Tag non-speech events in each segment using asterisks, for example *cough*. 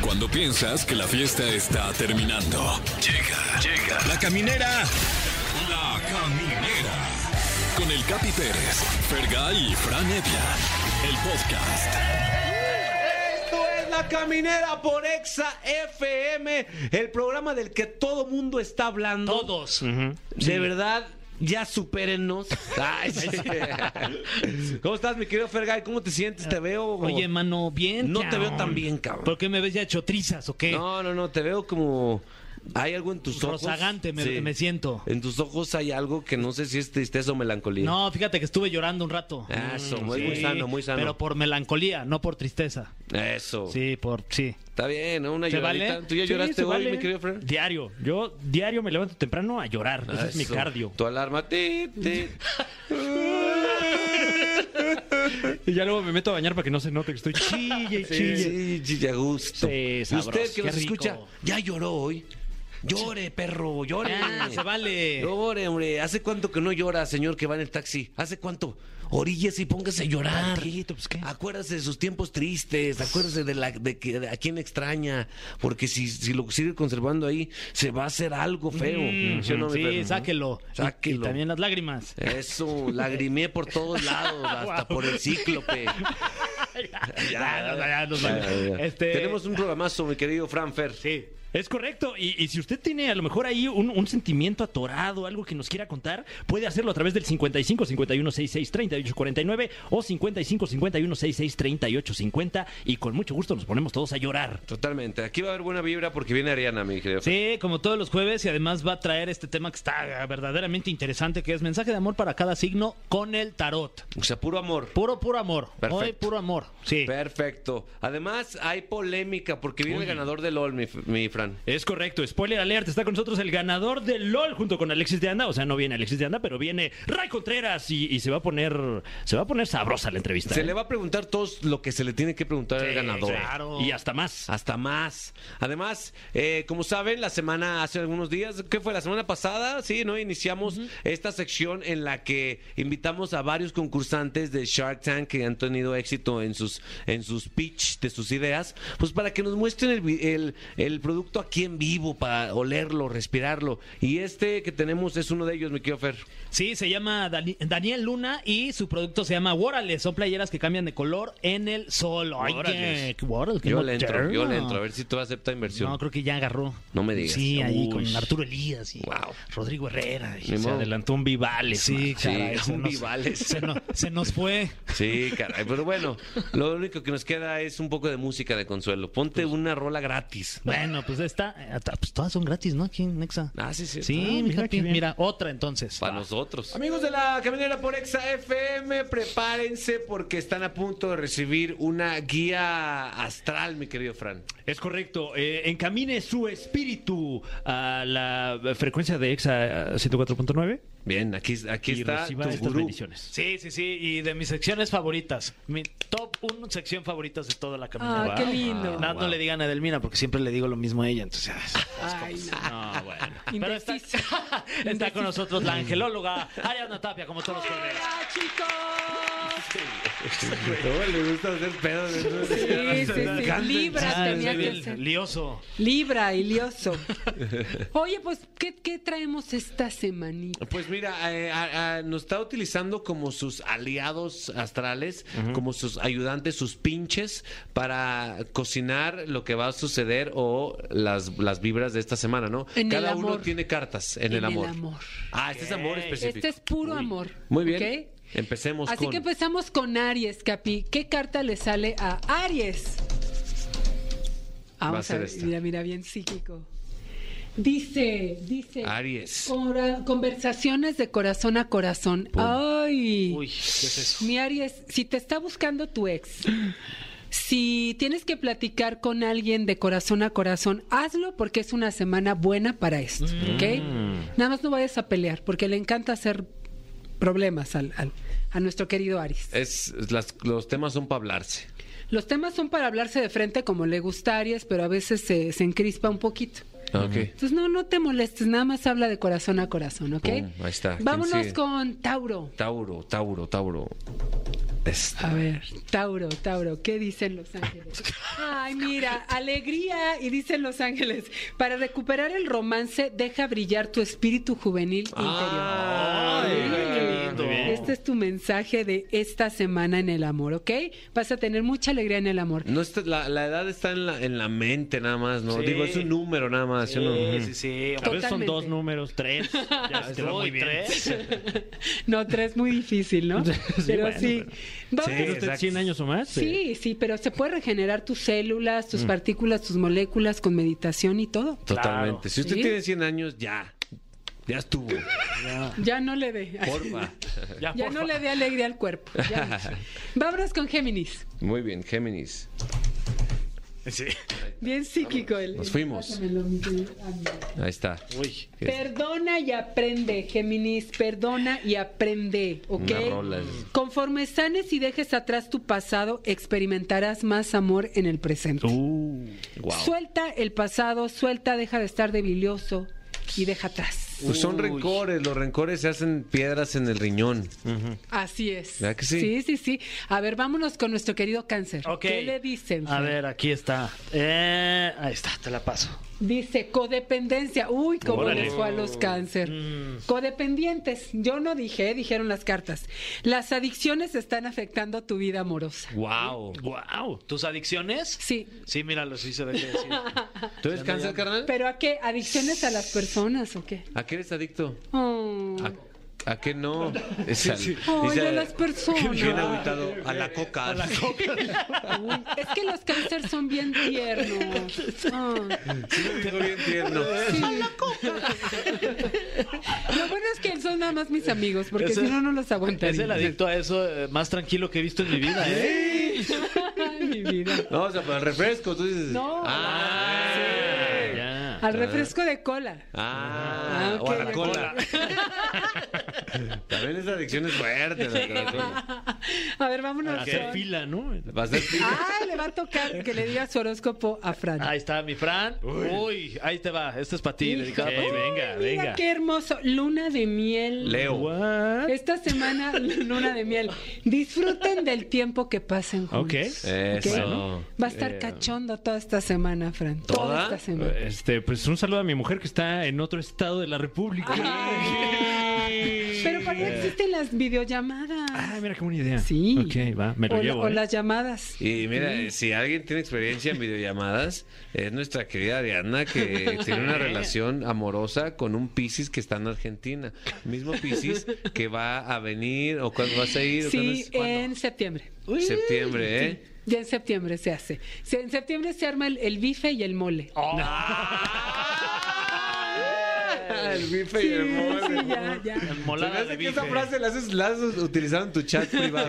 Cuando piensas que la fiesta está terminando. Llega, llega. La caminera. La caminera. Con el Capi Pérez, Fergay y Fran Evia. El podcast. Esto es La Caminera por Exa FM, el programa del que todo mundo está hablando. Todos. De verdad, *laughs* ya supérennos. Ay, sí. *laughs* ¿Cómo estás, mi querido Fergay? ¿Cómo te sientes? Te veo. como- Oye, mano, bien. No te veo cabrón. tan bien, cabrón. ¿Por qué me ves ya hecho trizas o qué? No, no, no, te veo como. Hay algo en tus ojos. Rozagante me- me siento. En tus ojos hay algo que no sé si es tristeza o melancolía. No, fíjate que estuve llorando un rato. Ah, Eso, Mm, muy- muy sano, muy sano. Pero por melancolía, no por tristeza. Eso. Sí, por sí. Está bien, ¿no? Una ¿Se lloradita. vale? ¿Tú ya Sí, lloraste se hoy, vale. mi querido Fran? Diario. Yo diario me levanto temprano a llorar. Ese es mi Eso. cardio. Tu alarma. Ti, ti. Y ya luego me meto a bañar para que no se note que estoy chille y Sí, chille. sí, sí, a gusto. Sí, Y sabroso, usted que qué nos rico. escucha, ya lloró hoy. Llore, perro, llore. Ah, se vale. Llore, hombre. ¿Hace cuánto que no llora, señor, que va en el taxi? ¿Hace cuánto? Oríllese y póngase a llorar. Tantito, pues, ¿qué? Acuérdese de sus tiempos tristes, acuérdese de, la, de, que, de a quién extraña, porque si, si lo sigue conservando ahí, se va a hacer algo feo. Mm, ¿Sí o no, mi Mm, sí, perro? sáquelo. Y- Sáquelo. Y, también las *laughs* lágrimas. *laughs* Eso, lagrimé por todos lados, hasta por el cíclope. Ya, ya, ya, nos vale. Ya, ya. Este- Tenemos un programazo, mi querido Franfer. Sí. Es correcto. Y, y si usted tiene a lo mejor ahí un, un sentimiento atorado, algo que nos quiera contar, puede hacerlo a través del 55 51 66 38 49 o 55 51 66 38 50 y con mucho gusto nos ponemos todos a llorar. Totalmente. Aquí va a haber buena vibra porque viene Ariana, mi querido Fran. Sí, como todos los jueves y además va a traer este tema que está verdaderamente interesante, que es mensaje de amor para cada signo con el tarot. O sea, puro amor. Puro, puro amor. Hoy, Perfecto. puro amor. Sí. Perfecto. Además, hay polémica porque viene el ganador de LOL, mi, mi Fran. Es correcto, spoiler alert, está con nosotros el ganador de LOL junto con Alexis de Anda, o sea, no viene Alexis de Anda, pero viene Ray Contreras y, y se va a poner se va a poner sabrosa la entrevista. Se ¿eh? le va a preguntar todos lo que se le tiene que preguntar al Sí, ganador. Ah. Claro. Y hasta más. Hasta más. Además, eh, como saben, la semana, hace algunos días, ¿qué fue? La semana pasada, sí, ¿no? Iniciamos esta sección en la que invitamos a varios concursantes de Shark Tank que han tenido éxito en sus, en sus pitch de sus ideas, pues para que nos muestren el, vi- el- el producto aquí en vivo, para olerlo, respirarlo. Y este que tenemos es uno de ellos, mi querido Fer. Sí, se llama Dani- Daniel Luna y su producto se llama Warales. Son playeras que cambian de color en el sol. Ay, Warales. qué- Warales, qué Yo le entro, moderno. yo le entro, a ver si tú aceptas inversión. No, creo que ya agarró. No me digas. Sí, ahí Uy. con Arturo Elías y Wow. Rodrigo Herrera. y- Ni Se modo. adelantó un Vivales. Sí, Sí, caray, se un nos- Vivales. Se nos, se nos fue. Sí, caray, pero bueno, lo único que nos queda es un poco de música de consuelo. Ponte Pues. una rola gratis. Bueno, pues esta, esta- pues todas son gratis, ¿no? Aquí en Nexa. Ah, sí, sí. Sí, mi mira Happy. qué bien. Mira, otra entonces. Para nosotros. Amigos de la Caminera por Exa FM, prepárense porque están a punto de recibir una guía astral, mi querido Fran. Es correcto, eh, encamine su espíritu a la frecuencia de EXA eh, 104.9 Bien, aquí, aquí y está reciba tu estas gurú. *laughs* bendiciones. Sí, sí, sí. Y de mis secciones favoritas. Mi top 1 sección favoritas de toda la caminata. Ah, qué lindo. No, no wow. le digan a Edelmina porque siempre le digo lo mismo a ella. Entonces, ah, Ay, no. No, bueno. pero está, Indecisa. *laughs* está con nosotros la angelóloga Ariadna Tapia, como todos los jueves. Hola, chicos. Oh, le gusta hacer pedos. ¿no? Sí, sí, Me encanta. sí. Libra Ah, tenía sí, que li- ser. Lioso. Libra *laughs* y lioso. Oye, pues, ¿qué, qué traemos esta semanita? Pues mira, eh, a- a- nos está utilizando como sus aliados astrales, como sus ayudantes, sus pinches, para cocinar lo que va a suceder o las, las vibras de esta semana, ¿no? En el Cada uno amor. tiene cartas en, el, amor. Ah, este es amor específico. Este es puro amor. Muy bien. ¿ok? Empecemos Así con... que pues, empezamos con Aries, Capi. ¿Qué carta le sale a Aries? Va a Vamos a, ser ver, esta. mira, mira, bien psíquico. Dice, dice. Aries. "Cora- Conversaciones de corazón a corazón. Ay. Uy, ¿qué es eso? Mi Aries, si te está buscando tu ex, si tienes que platicar con alguien de corazón a corazón, hazlo porque es una semana buena para esto, Mm. ¿ok? Nada más no vayas a pelear porque le encanta hacer problemas al- al- a nuestro querido Aries. Es, las- los temas son para hablarse. Los temas son para hablarse de frente como le gusta a Aries, pero a veces se, se encrispa un poquito. Ok. Entonces no, no te molestes, nada más habla de corazón a corazón, ¿ok? Pum, ahí está. ¿Quién Vámonos sigue? con Tauro. Tauro, Tauro, Tauro. contesta. A ver, Tauro, Tauro, ¿qué dicen Los Ángeles? Ay, mira, alegría, y dicen Los Ángeles, para recuperar el romance, deja brillar tu espíritu juvenil Ay, interior. Ah, qué lindo. Muy bien. Este es tu mensaje de esta semana en el amor, ¿ok? Vas a tener mucha alegría en el amor. No está- la, la edad está en la, en la mente nada más, ¿no? Sí. Digo, es un número nada más. yo no- Sí, sí, sí. A veces son Totalmente. dos números, *laughs* tres. Ya se te va Uy, muy bien. *laughs* tres. No, tres, muy difícil, ¿no? Sí, pero bueno, sí. Vamos- ¿Tiene usted Exacto. 100 años o más? Sí, sí, pero se puede regenerar tus células, Mm. tus partículas, tus moléculas con meditación y todo. Totalmente. Si usted Sí. tiene 100 años, ya. Ya estuvo. Ya no le dé. Porfa. Ya, Ya por no favor. le dé alegría al cuerpo. *laughs* *laughs* ya no. Vámonos con Géminis. Muy bien, Géminis. Sí. Bien psíquico él. Nos fuimos. Ahí está. Uy. Perdona y aprende, Géminis. Perdona y aprende, ¿ok? Una rola es- Conforme sanes y dejes atrás tu pasado, experimentarás más amor en el presente. Uh, Wow. Suelta el pasado, suelta, deja de estar debilioso y deja atrás. Pues son Uy. rencores, los rencores se hacen piedras en el riñón. Así es. ¿Verdad que sí? Sí, sí, sí. A ver, vámonos con nuestro querido cáncer. Ok. ¿Qué le dicen? A ver, aquí está. Eh, ahí está, te la paso. Dice codependencia. Uy, cómo Órale. Mm. les fue a los cáncer. Codependientes. Yo no dije, eh, dijeron las cartas. Las adicciones están afectando tu vida amorosa. Wow. Wow. ¿Tus adicciones? Sí. Sí, mira, los *laughs* hice de qué decir. ¿Tú eres cáncer, carnal? ¿Pero a qué? ¿Adicciones a las personas o qué? ¿A qué eres adicto? Oh. Ah, ¿A, a qué *laughs* no? *laughs* Es al- Ay, dice- a las personas. Bien agüitado. A la coca. *laughs* Uy, es que los cáncer son bien *laughs* tiernos. Ah. Sí, lo dijo bien tierno. Sí. Lo bueno es que son nada más mis amigos, porque si no, no los aguantaría. Es el adicto a eso eh, más tranquilo que he visto en mi vida, ¿eh? *laughs* Ay, mi vida. No, o sea, para el refresco, tú dices. No. Ah, Sí. Ya. Al refresco de cola. Ah, Ah, o a ok, la ok. cola. *laughs* También esa adicción es fuerte. la coca-cola. *laughs* A ver, vámonos. Hacer con- fila, ¿no? Va a ser Ay, le va a tocar que le diga su horóscopo a Fran. Ah. Ahí está mi Fran. Uy, ahí te va. Este es para ti, Híjole. dedicado para ti. Uy, Venga, Oh, mira venga. qué hermoso. Luna de miel. Leo. Esta semana, *laughs* luna de miel. Disfruten del tiempo que pasen juntos. Eso. Va a Eh, estar cachondo toda esta semana, Fran. Toda, ¿Toda? esta semana. Este, pues un saludo a mi mujer que está en otro estado de la República. Ah. Pero para eso existen las videollamadas. Ah, mira qué buena idea. Sí. Ok, va, me lo o, la- llevo. o ¿eh? las llamadas. Y mira, eh, si alguien tiene experiencia en videollamadas, es nuestra querida Ariana que *laughs* tiene una relación amorosa con un Piscis que está en Argentina. Mismo Piscis que va a venir o cuándo vas a ir. o cuándo Sí, es- en septiembre. Uy, Septiembre, ¿eh? Ya en septiembre se hace. Se- En septiembre se arma el, el bife y el mole. Ah, El bife y sí, el mole. sí, ya, ya. Se me Molada hace de que esa bife. frase la haces, la haces utilizando en tu chat privado.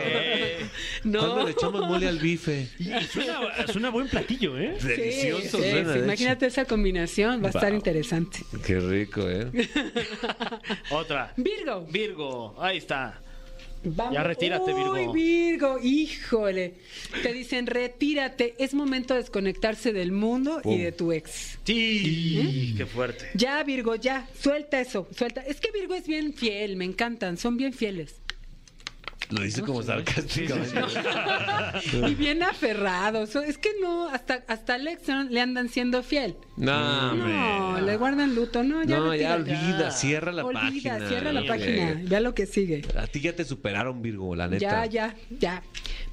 *laughs* ¿Cuándo No. le echamos mole al bife? Y Suena, suena buen platillo, ¿eh? *laughs* Sí, Delicioso, sí, suena, sí, de Imagínate esa combinación, va a estar interesante. hecho. Qué rico, ¿eh? Otra. Virgo. Virgo, ahí está. Vamos. Ya retírate, Virgo. Uy, Virgo, híjole. Te dicen, retírate, es momento de desconectarse del mundo y de tu ex. Sí, Mm, qué fuerte. Ya, Virgo, ya, suelta eso, suelta. Es que Virgo es bien fiel, me encantan, son bien fieles. Lo dice como sarcásticamente. Y bien aferrados. Es que no, hasta, hasta al ex ¿no? le andan siendo fiel. No, No, le guardan luto, no, ya Ah, No, ya retírate. olvida, cierra la Olvida, página. cierra la Hombre. página, ya lo que sigue. A ti ya te superaron, Virgo, la neta. Ya, ya, ya.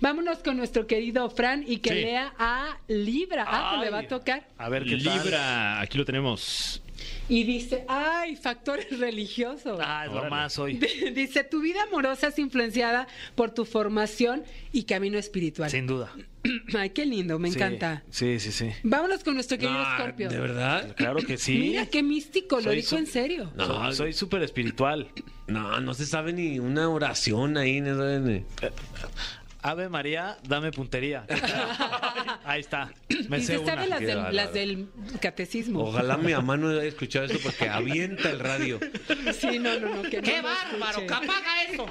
Vámonos con nuestro querido Fran y que Sí. lea a Libra. Ah, pues le va a Ay. tocar. A ver qué tal. Libra, aquí lo tenemos. Y dice, ay, factores religiosos. Ah, es lo Órale. más hoy. *laughs* Dice, tu vida amorosa es influenciada por tu formación y camino espiritual. Sin duda. *clears throat* Ay, qué lindo, me Sí, encanta. Sí, sí, sí. Vámonos con nuestro querido No, Scorpio. ¿De verdad? Claro que sí. Mira qué místico, lo Soy dijo su- en serio. No, So- soy súper espiritual. no, no se sabe ni una oración ahí. no sabe ni- Ave María, dame puntería. Ahí está. *laughs* Me y sé se sabe una. las Qué del, bárbaro. las del catecismo. Ojalá mi mamá no haya escuchado eso porque avienta el *laughs* radio. Sí, no, no, no. Que *laughs* ¡Qué bárbaro! ¡Apaga eso!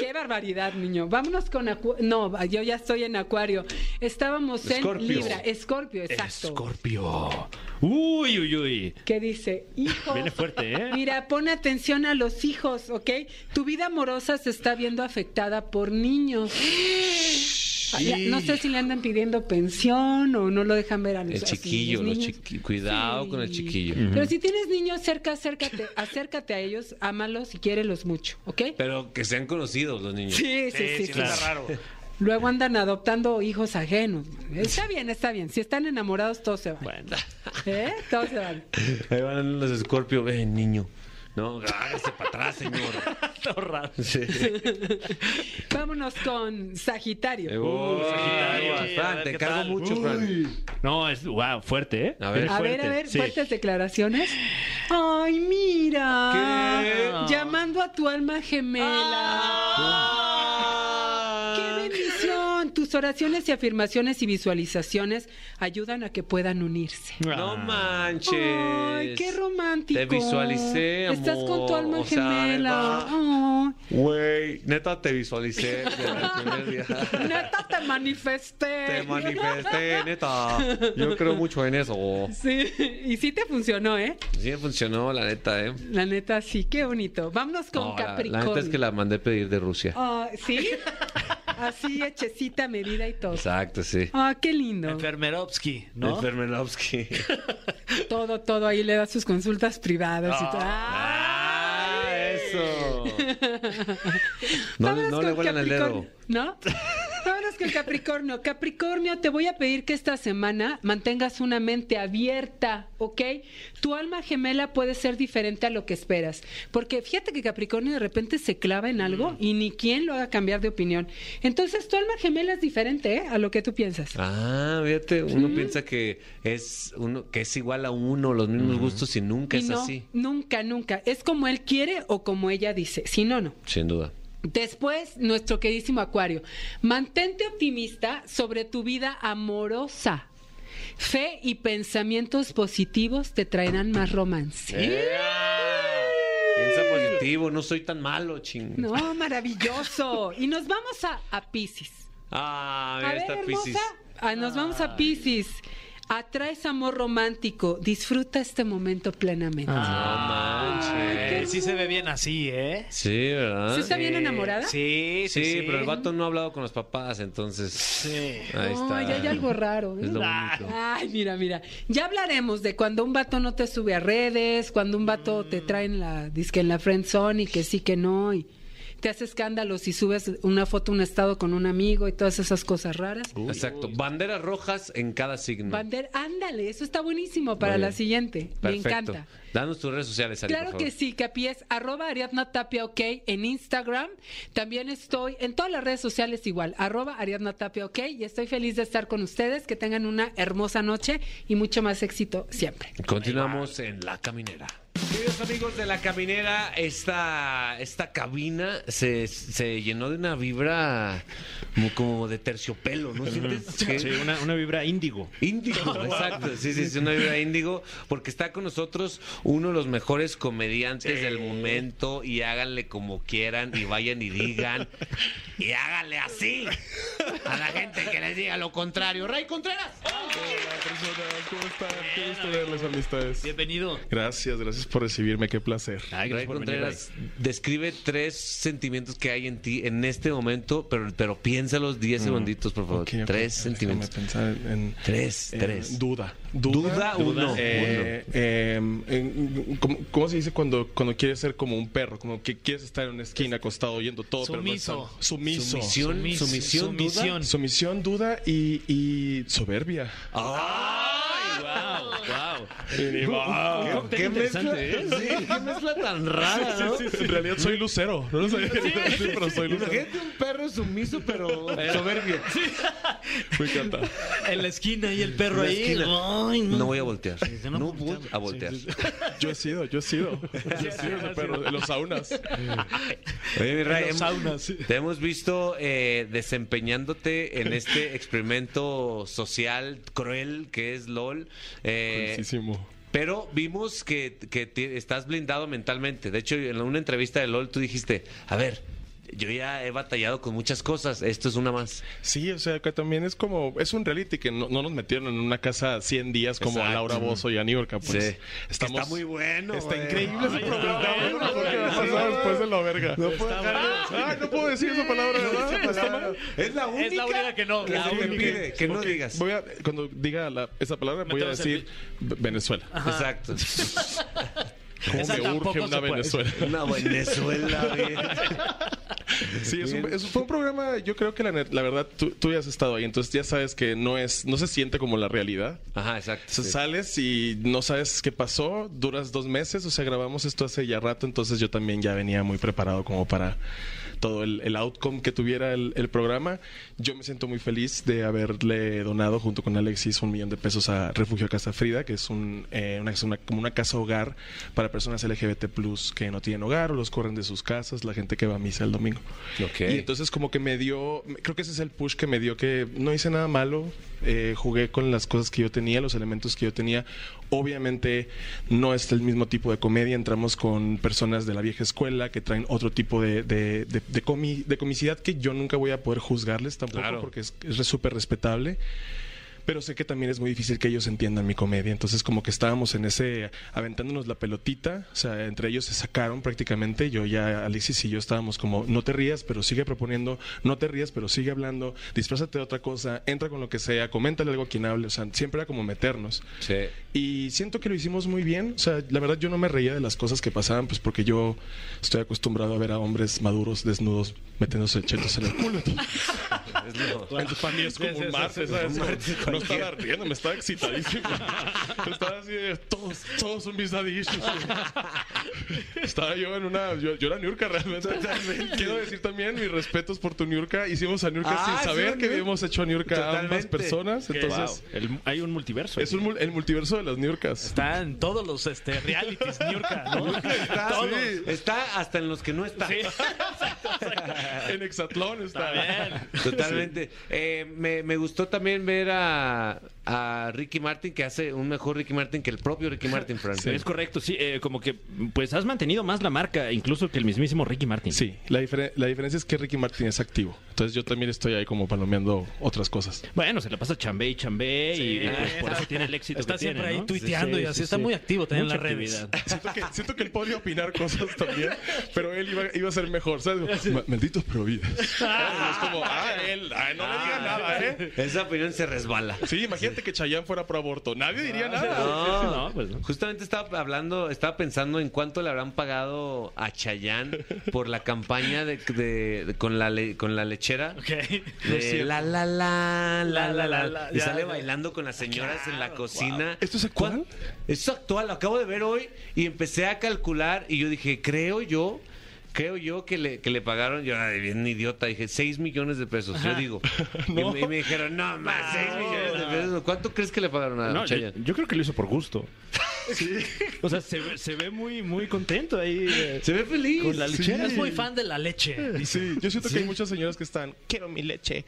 ¡Qué barbaridad, niño. Vámonos con Acuario. No, yo ya estoy en Acuario. Estábamos en Escorpio. Libra. Escorpio, exacto. Escorpio. Uy, uy, uy. que dice, hijo, Viene fuerte, ¿eh? mira, pon atención a los hijos, ¿ok? Tu vida amorosa se está viendo afectada por niños. Ay, No sé si le andan pidiendo pensión o no lo dejan ver a los El a sus- chiquillo, los los niños. chiqui- cuidado con el chiquillo. Pero si tienes niños cerca, acércate, acércate a ellos, ámalos y quiérelos mucho, ¿ok? Pero que sean conocidos los niños. Sí, sí, sí. Eh, Sí, sí, sí. no está *laughs* raro. Luego andan adoptando hijos ajenos. Está bien, está bien. Si están enamorados, todos se van. Bueno. ¿Eh? Todos se van. Ahí van los escorpios, eh, niño. No, hágase para atrás, *laughs* señor. Está raro. Vámonos con Sagitario. Eh, oh, Uy, Sagitario, Fran, a ver te qué encargo tal. mucho, Fran. No, es wow, fuerte, ¿eh? A ver. Viene A ver, a fuerte, ver, sí. fuertes declaraciones. Ay, mira. ¿Qué? Llamando a tu alma gemela. Ah. ¡Qué bendición! Tus oraciones y afirmaciones y visualizaciones ayudan a que puedan unirse. Ah. No manches. Ay, qué romántico. Te visualicé, amor. Estás con tu alma O sea, gemela. Ah. va. Ay. Güey, neta te *laughs* visualicé desde el primer día. *laughs* Neta, te manifesté. *laughs* Te manifesté, neta. Yo creo mucho en eso. Sí, y sí te funcionó, ¿eh? Sí funcionó, la neta, ¿eh? La neta, sí, qué bonito. Vámonos con No, la, la Capricornio. neta es que la mandé pedir de Rusia. Ah, *laughs* ¿Sí? Así, hechecita, medida y todo. Exacto, sí. Ah, qué lindo. Enfermerovsky, ¿no? Enfermelovsky. Todo, todo ahí le da sus consultas privadas y todo. *laughs* Ah, *laughs* eso. No, Vámonos no le con huelan el dedo. Capricornio, ¿No? Vámonos con Capricornio. Capricornio, te voy a pedir que esta semana mantengas una mente abierta, ¿ok? Tu alma gemela puede ser diferente a lo que esperas. Porque fíjate que Capricornio de repente se clava en algo Mm. y ni quien lo haga cambiar de opinión. Entonces, tu alma gemela es diferente ¿eh? a lo que tú piensas. Ah, fíjate, uno piensa que es uno que es igual a uno, los mismos gustos y nunca Y es no, así. nunca, nunca. Es como él quiere o como ella dice. Si no, no. Sin duda. Después, nuestro queridísimo Acuario, mantente optimista sobre tu vida amorosa. Fe y pensamientos positivos te traerán más romance. Eh. Piensa positivo, no soy tan malo, ching. No, maravilloso. Y nos vamos a, a Pisces. Ah, mira a ver, esta Piscis. hermosa, ah, nos vamos a Pisces. Atraes amor romántico. Disfruta este momento plenamente. Ah. No manches. Eh, sí se ve bien así, ¿eh? Sí, ¿verdad? ¿Sí está bien Eh, enamorada? Sí, sí, Sí, pero el vato no ha hablado con los papás, entonces. Sí. Ahí No, está. ahí hay algo raro. ¿eh? Es lo único. Ay, mira, mira. Ya hablaremos de cuando un vato no te sube a redes, cuando un vato Mm. te trae en la disque en la friend zone y que sí que no y te hace escándalos y subes una foto un estado con un amigo y todas esas cosas raras. Exacto. Banderas rojas en cada signo. Bander, ándale, eso está buenísimo para Muy la bien. siguiente. Perfecto. Me encanta. Danos tus redes sociales, Ari, Claro por favor. que sí, Capi es arroba Ariadna Tapia OK en Instagram. También estoy en todas las redes sociales igual, arroba Ariadna Tapia OK. Y estoy feliz de estar con ustedes. Que tengan una hermosa noche y mucho más éxito siempre. Continuamos en La Caminera. Queridos amigos de La Caminera, esta, esta cabina se, se llenó de una vibra mu- como de terciopelo, ¿no sientes? que- Sí, una, una vibra índigo. Índigo, *laughs* exacto. Sí, sí, sí, una *laughs* vibra índigo. Porque está con nosotros uno de los mejores comediantes del momento. Y háganle como quieran, y vayan y digan. Y háganle así a la gente que les diga lo contrario. Ray Contreras. Hola, personas, ¿cómo están? Qué gusto verles, amistades. Bienvenido. Gracias, gracias por recibirme, qué placer. Ray Ay, gracias por venir, Contreras, describe tres sentimientos que hay en ti en este momento, pero, pero piénsalos 10 Mm. segunditos, por favor. Ok, ok, Tres déjame sentimientos. pensar en, Tres, en Eh, tres. Duda. Duda, uno. Eh, eh, en- ¿cómo, cómo se dice cuando, cuando quieres ser como un perro? Como que quieres estar en una esquina acostado oyendo todo. pero no Sumiso. estar- Sumiso. Sumisión, Sumis- sumisión, duda. sumisión. Sumisión, duda y, y soberbia. Ah, ¡Ay, Wow, wow. Wow. Qué interesante, ¿eh? Sí, qué mezcla *laughs* tan rara, ¿no? Ah, En realidad soy lucero. No lo sabía. Sí, pero soy lucero. Imagínate un perro sumiso, pero soberbio. Me encanta. En la esquina y el En perro la ahí. esquina. Ay, no. No voy a voltear. yo no pues, No voy a voltear. Yo he sido, yo he sido. Yo he sido ese perro. En los Eh, saunas. Oye, mi Ray, En los saunas. hemos- te hemos visto eh, desempeñándote *laughs* en este experimento social cruel que es LOL. eh, Cruelísimo. pero vimos que, que te- estás blindado mentalmente. De hecho, en una entrevista de LOL tú dijiste, a ver, yo ya he batallado con muchas cosas. Esto es una más. Sí, o sea, acá también es como, es un reality que no, no nos metieron en una casa 100 días como a Exacto. Laura Bozo y a Niurka. Pues Sí. estamos- Está muy bueno, Está güey. increíble ese Ay, programa. está güey, bueno, porque güey. me pasaba después de la verga. No puedo, no puedo decir esa palabra, ¿verdad? Está mal. Es la única, Es la única que no, la se me única. pide, que no digas. Voy a, cuando diga la- esa palabra, voy a Metemos decir V- Venezuela. Ah, Exacto. ¿Cómo Esa me tampoco urge se una puede. *laughs* Venezuela? Una Venezuela, bien. Sí, es un- Bien. es- fue un programa, yo creo que la, net- la verdad, tú, tú ya has estado ahí, entonces ya sabes que no es, no se siente como la realidad. *laughs* Ajá, exacto. O sea, Sales y no sabes qué pasó, duras dos meses, o sea, grabamos esto hace ya rato, entonces yo también ya venía muy preparado como para todo el, el outcome que tuviera el, el programa. Yo me siento muy feliz de haberle donado junto con Alexis un millón de pesos a Refugio Casa Frida, que es un, eh, una, es una- como una casa hogar para personas LGBT plus que no tienen hogar o los corren de sus casas, la gente que va a misa el domingo. Ok. Y entonces como que me dio, creo que ese es el push que me dio, que no hice nada malo, eh, jugué con las cosas que yo tenía, los elementos que yo tenía. Obviamente no es el mismo tipo de comedia, entramos con personas de la vieja escuela que traen otro tipo de, de, de- de comi- de comicidad que yo nunca voy a poder juzgarles tampoco, Claro. porque es es súper respetable pero sé que también es muy difícil que ellos entiendan mi comedia. Entonces, como que estábamos en ese, aventándonos la pelotita, o sea, entre ellos se sacaron prácticamente. Yo ya, Alexis y yo estábamos como, no te rías, pero sigue proponiendo, no te rías, pero sigue hablando, disfrázate de otra cosa, entra con lo que sea, coméntale algo a quien hable, o sea, siempre era como meternos. Sí. Y siento que lo hicimos muy bien. O sea, la verdad yo no me reía de las cosas que pasaban, pues porque yo estoy acostumbrado a ver a hombres maduros, desnudos, metiéndose chetos en el culo. Es *laughs* lo- Entonces, para mí es como un martes, ¿sabes? no estaba riendo, me estaba excitadísimo. *laughs* estaba así de, todos, todos son mis daddy issues. güey. *laughs* estaba yo en una, yo, yo era Niurka realmente. Quiero decir también mis respetos por tu Niurka. Hicimos a Niurka Ah, sin sí, saber que Niurka. habíamos hecho a Niurka a ambas Totalmente. personas. Entonces, Entonces, el- hay un multiverso. es un mul- el multiverso de las Niurkas. Están todos los este, realities, Niurka, ¿no? *laughs* Está, Todos. está hasta en los que no está. En Hexatlón está. Totalmente. Eh, me, me gustó también ver a, a Ricky Martin, que hace un mejor Ricky Martin que el propio Ricky Martin, Fran. Es correcto, sí, eh, como que pues has mantenido más la marca incluso que el mismísimo Ricky Martin. Sí, la, diferen- la diferencia es que Ricky Martin es activo. Entonces yo también estoy ahí como palomeando otras cosas. Bueno, se la pasa chambé y chambé y pues, por eso tiene el éxito eh, Está que tiene, siempre ahí ¿no? tuiteando y así, está muy activo también en las Mucha redes. actividad. Siento que, siento que él podría opinar cosas también, pero él iba, iba a ser mejor, ¿sabes? Ma- Malditos *laughs* providas. Es como, ah, él, ah, no le diga nada, ¿eh? Esa opinión se resbala. Sí, imagínate que Chayanne fuera pro aborto. Nadie Ah, diría nada. No, No, pues no. Justamente estaba hablando, estaba pensando en cuánto le habrán pagado a Chayán por la campaña de, de- de- con la le- con la lechera. De Eh, la la la la la la, la, y ya, sale ya. bailando con las señoras en la cocina. ¿Esto es actual? ¿Cuán- Esto es actual, lo acabo de ver hoy y empecé a calcular y yo dije, creo yo, creo yo que le, que le pagaron, yo era bien idiota, dije, 6 millones de pesos, yo digo. Y, me, y me dijeron, no más, 6 millones de pesos. ¿Cuánto crees que le pagaron a No, yo, Chayanne? yo creo que lo hizo por gusto. O sea, se, ve- se ve muy, muy contento ahí. eh, Se ve feliz. Con la lechera. Es muy fan de la leche. Sí, yo siento que hay muchas señoras que están, quiero mi leche.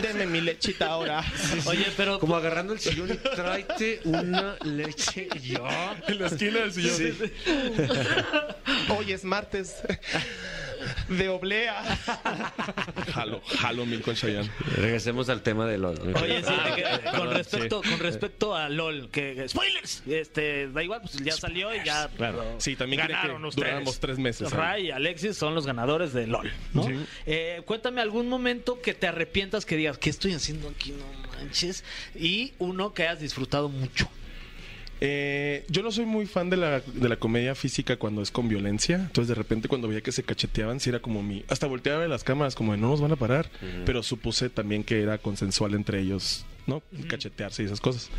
Deme mi *laughs* lechita ahora. Oye, pero Como agarrando el sillón y tráete una leche ya. En pues, la esquina del sillón. Hoy es martes *laughs* de oblea. Jalo, jalo mil con Chayanne. Regresemos al tema de LOL. Oye, Ah, sí, de que- con respecto, con respecto a LOL, que que- spoilers, este, da igual, pues ya salió y ya pero Sí, también cree que ganaron ustedes. duramos tres meses. Ray y Alexis son los ganadores de LOL, ¿no? Sí. Eh, cuéntame algún momento que te arrepientas que digas, ¿qué estoy haciendo aquí? No manches. Y uno que hayas disfrutado mucho. Eh, yo no soy muy fan de la, de la comedia física cuando es con violencia. Entonces, de repente, cuando veía que se cacheteaban, sí era como mi. Hasta volteaba de las cámaras, como de no nos van a parar. Pero supuse también que era consensual entre ellos, ¿no? Cachetearse y esas cosas.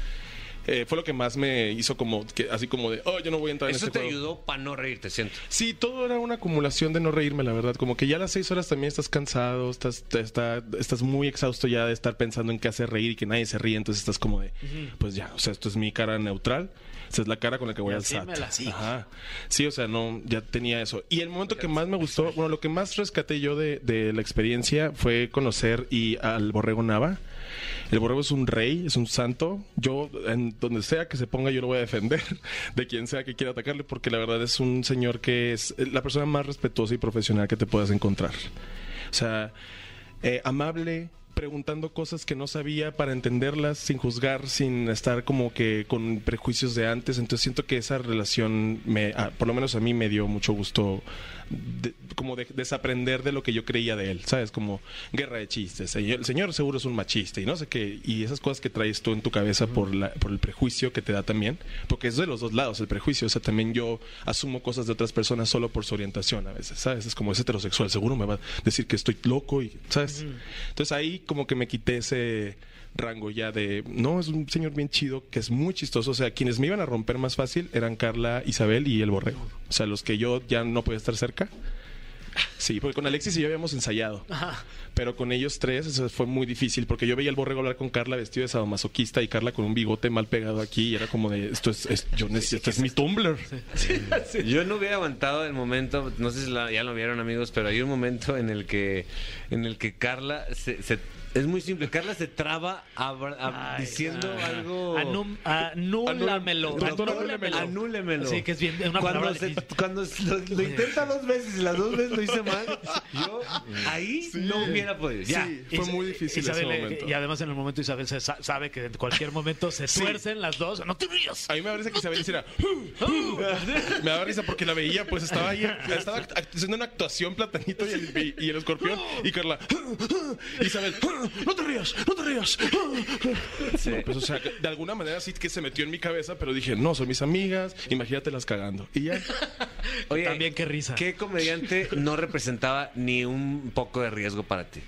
Eh, fue lo que más me hizo como. Que, así como de, oh, yo no voy a entrar en Eso este te juego". ayudó para no reírte, siento. Sí, todo era una acumulación de no reírme, la verdad. Como que ya a las seis horas también estás cansado, estás, te- está- estás muy exhausto ya de estar pensando en qué hacer reír y que nadie se ríe. Entonces estás como de, pues ya, o sea, esto es mi cara neutral. Esta es la cara con la que voy al SAT. Ajá. Sí, o sea, no, ya tenía eso. Y el momento que más me gustó, bueno, lo que más rescaté yo de, de la experiencia fue conocer y al Borrego Nava. El borrego es un rey, es un santo. Yo, en donde sea que se ponga, yo lo voy a defender *laughs* de quien sea que quiera atacarle, porque la verdad es un señor que es la persona más respetuosa y profesional que te puedas encontrar. O sea, eh, amable, preguntando cosas que no sabía para entenderlas, sin juzgar, sin estar como que con prejuicios de antes. Entonces siento que esa relación, me, ah, por lo menos a mí me dio mucho gusto de- como de- desaprender de lo que yo creía de él, ¿sabes? Como guerra de chistes. El el señor seguro es un machista y no sé qué. Y esas cosas que traes tú en tu cabeza por, la- por el prejuicio que te da también. Porque es de los dos lados el prejuicio. O sea, también yo asumo cosas de otras personas solo por su orientación a veces, ¿sabes? Es como es heterosexual, seguro me va a decir que estoy loco y, ¿sabes? Entonces ahí como que me quité ese rango ya de, no, es un señor bien chido, que es muy chistoso. O sea, quienes me iban a romper más fácil eran Carla, Isabel y el Borrego. O sea, los que yo ya no podía estar cerca. Sí, porque con Alexis y yo habíamos ensayado. Pero con ellos tres eso fue muy difícil porque yo veía al borrego hablar con Carla vestido de sadomasoquista y Carla con un bigote mal pegado aquí y era como de esto es, es- yo necesito, esto es mi Tumblr. Yo no hubiera aguantado el momento, no sé si la- ya lo vieron amigos, pero hay un momento en el que, en el que Carla se, se- es muy simple, Carla se traba abra- a- diciendo algo. Anum- Anúlamelo. Anúlemelo. Anúlemelo. Sí, que es bien- es una cuando palabra se- difícil. cuando se- lo, lo intenta dos veces y las dos veces lo hice mal, yo ahí no hubiera podido. Ya. Sí, fue Is- muy difícil Isabel, ese eh, momento. Y además en el momento Isabel se sa- sabe que en cualquier momento se tuercen las dos. No te rías. A mí me da risa que Isabel hiciera "¡Ah! me daba risa porque la veía, pues estaba ahí, estaba act- act- haciendo una actuación platanito y el, y el escorpión y Carla "¡Ah! Isabel, no te rías, no te rías. No, pues, o sea, de alguna manera sí que se metió en mi cabeza, pero dije, no, son mis amigas, imagínatelas cagando. Y ya. Oye, También qué risa. ¿Qué comediante no representaba ni un poco de riesgo para ti?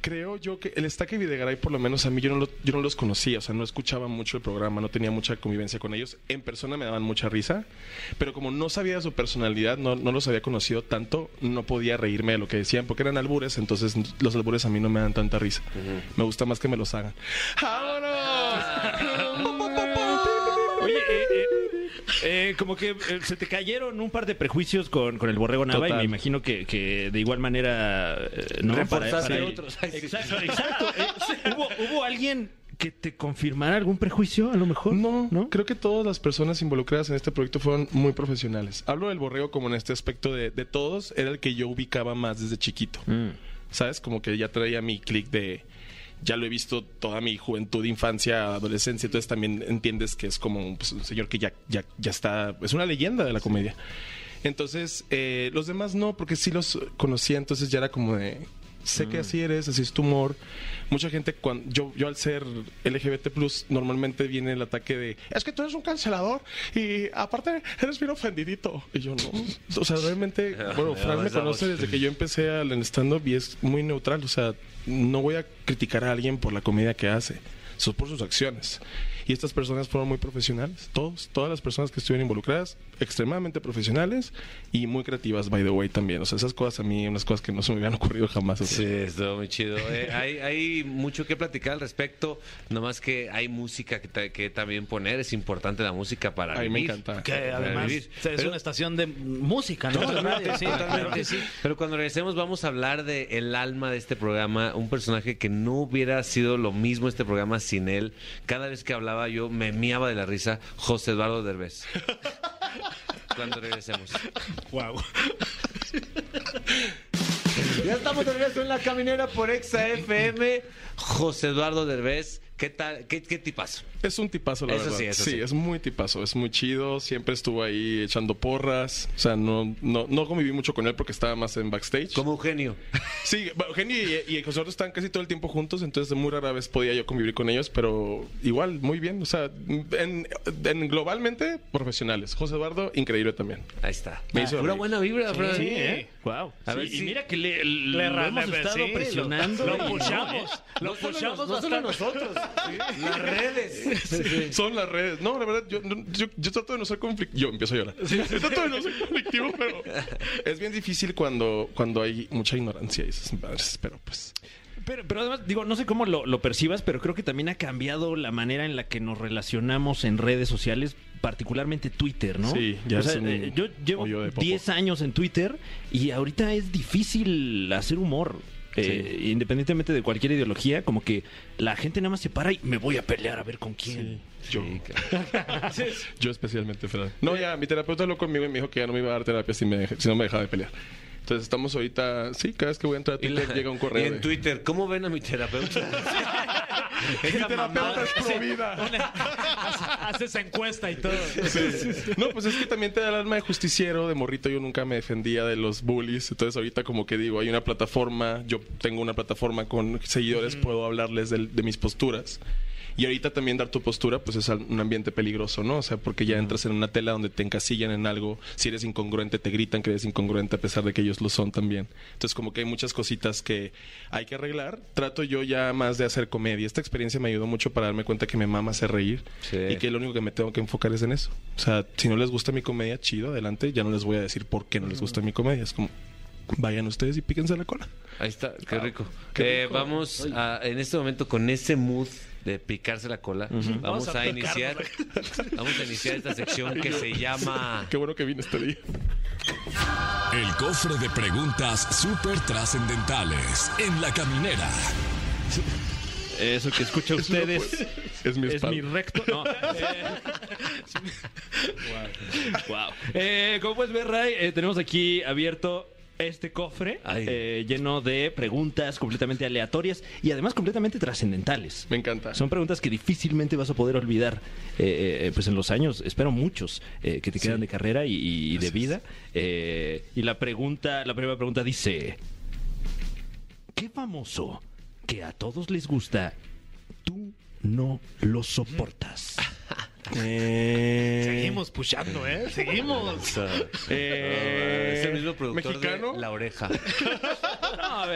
Creo yo que el Estaque y Videgaray, por lo menos a mí, yo no, lo- yo no los conocía, o sea, no escuchaba mucho el programa, no tenía mucha convivencia con ellos. En persona me daban mucha risa, pero como no sabía su personalidad, no, no los había conocido tanto, no podía reírme de lo que decían, porque eran albures, entonces los albures a mí no me dan tanta risa. Me gusta más que me los hagan. Oye, eh, eh, eh, como que eh, se te cayeron un par de prejuicios con, con el borrego Nava y Total. me imagino que, que de igual manera eh, no Reforzaste otros. Ay, sí. Exacto, exacto. Eh, ¿Hubo, hubo alguien que te confirmara algún prejuicio a lo mejor? No, creo que todas las personas involucradas en este proyecto fueron muy profesionales. Hablo del borrego como en este aspecto de, de todos, era el que yo ubicaba más desde chiquito. ¿Sabes? Como que ya traía mi clic de. Ya lo he visto toda mi juventud, infancia, adolescencia. Entonces también entiendes que es como pues, un señor que ya, ya, ya está. Es una leyenda de la comedia. Entonces, eh, los demás no, porque sí los conocía. Entonces ya era como de. Sé que así eres, así es tu humor. Mucha gente, cuando, yo, yo al ser LGBT, normalmente viene el ataque de es que tú eres un cancelador y aparte eres bien ofendidito. Y yo no. O sea, realmente, bueno, Fran me esa voz. conoce desde que yo empecé al en stand-up y es muy neutral. O sea, no voy a criticar a alguien por la comedia que hace, so- por sus acciones. Y estas personas fueron muy profesionales, todos, todas las personas que estuvieron involucradas, extremadamente profesionales y muy creativas, by the way, también. O sea, esas cosas a mí, unas cosas que no se me habían ocurrido jamás. o sea. Sí, estuvo muy chido. Eh, hay, hay mucho que platicar al respecto, nomás que hay música que, ta- que también poner, es importante la música para Ay, me vivir. encanta. Que además vivir. o sea, es Pero- una estación de música, ¿no? Totalmente, Radio, Ah, sí, totalmente. claro que sí. Pero cuando regresemos vamos a hablar de el alma de este programa, un personaje que no hubiera sido lo mismo este programa sin él. Cada vez que hablaba yo me miaba de la risa, José Eduardo Derbez. Cuando regresemos. Ya estamos de regreso en la caminera por Exa FM. José Eduardo Derbez, ¿qué tal? ¿Qué, qué tipazo? Es un tipazo, la Eso verdad. sí, eso sí. es muy tipazo, es muy chido. Siempre estuvo ahí echando porras. O sea, no, no, no conviví mucho con él porque estaba más en backstage. Como Eugenio. Sí, bueno, Eugenio y, y José Eduardo están casi todo el tiempo juntos, entonces muy rara vez podía yo convivir con ellos, pero igual, muy bien. O sea, en, en- globalmente, profesionales. José Eduardo, increíble también. Ahí está. Me hizo Una reír. buena vibra, Fran. Sí, ¿eh? Wow. A ver y si- mira que le, Le lo ra- hemos le- estado sí, lo- presionando. Lo y no, ¿eh? pushamos. Lo No solo nos- pushamos no solo bastante. nosotros, las redes. *laughs* Son las redes. No, la verdad, yo, no- yo, yo trato de no ser conflictivo. Yo empiezo a llorar. Yo trato de no ser conflictivo, pero es bien difícil cuando, cuando hay mucha ignorancia y esas madres, pero pues. Pero, pero además, digo, no sé cómo lo, lo percibas, pero creo que también ha cambiado la manera en la que nos relacionamos en redes sociales, particularmente Twitter, ¿no? Sí, ya O sea, es un eh, yo llevo hoyo de popó. 10 años en Twitter y ahorita es difícil hacer humor. eh, independientemente de cualquier ideología, como que la gente nada más se para y me voy a pelear a ver con quién. Yo. Yo especialmente, Fran. No, ya, mi terapeuta habló conmigo y me dijo que ya no me iba a dar terapia si, me deja- si no me dejaba de pelear. Entonces estamos ahorita, sí, cada vez que voy a entrar a Y Twitter la- llega un y correo. en de- Twitter, ¿cómo ven a mi *laughs* terapeuta? Mi terapeuta es pro vida. *laughs* Haces encuesta y todo. No, pues es que también te da el alma de justiciero. De morrito yo nunca me defendía de los bullies. Entonces ahorita como que digo, hay una plataforma, yo tengo una plataforma con seguidores, puedo hablarles del- de mis posturas. Y ahorita también dar tu postura, pues es al- un ambiente peligroso, ¿no? O sea, porque ya entras en una tela donde te encasillan en algo. Si eres incongruente, te gritan que eres incongruente a pesar de que ellos lo son también. Entonces, como que hay muchas cositas que hay que arreglar. Trato yo ya más de hacer comedia. Esta experiencia me ayudó mucho para darme cuenta que me mama hacer reír. Sí. Y que lo único que me tengo que enfocar es en eso. O sea, si no les gusta mi comedia, chido, adelante. Ya no les voy a decir por qué no les gusta mi comedia. Es como, vayan ustedes y píquense la cola. Ahí está, qué rico. qué Eh, rico. vamos a- en este momento con ese mood de picarse la cola. Vamos, Vamos a, a iniciar. *laughs* Vamos a iniciar esta sección que se llama *laughs* Qué bueno que vine este día. El cofre de preguntas súper trascendentales en la caminera. Eso que escucha pues, ustedes Es mi es espalda. mi recto. *laughs* Ah, No. wow. Eh, como puedes ver, Ray, eh, tenemos aquí abierto este cofre Ay. eh, lleno de preguntas completamente aleatorias y además completamente trascendentales. Me encanta. Son preguntas que difícilmente vas a poder olvidar. eh, eh, pues en los años, espero muchos eh, que te quedan de carrera y, y de vida. Eh, y la pregunta, la primera pregunta dice: ¿Qué famoso que a todos les gusta tú no lo soportas? Eh. Seguimos *laughs* pushando, ¿eh? Seguimos. *laughs* Eh, es el mismo productor ¿mexicano? de La Oreja.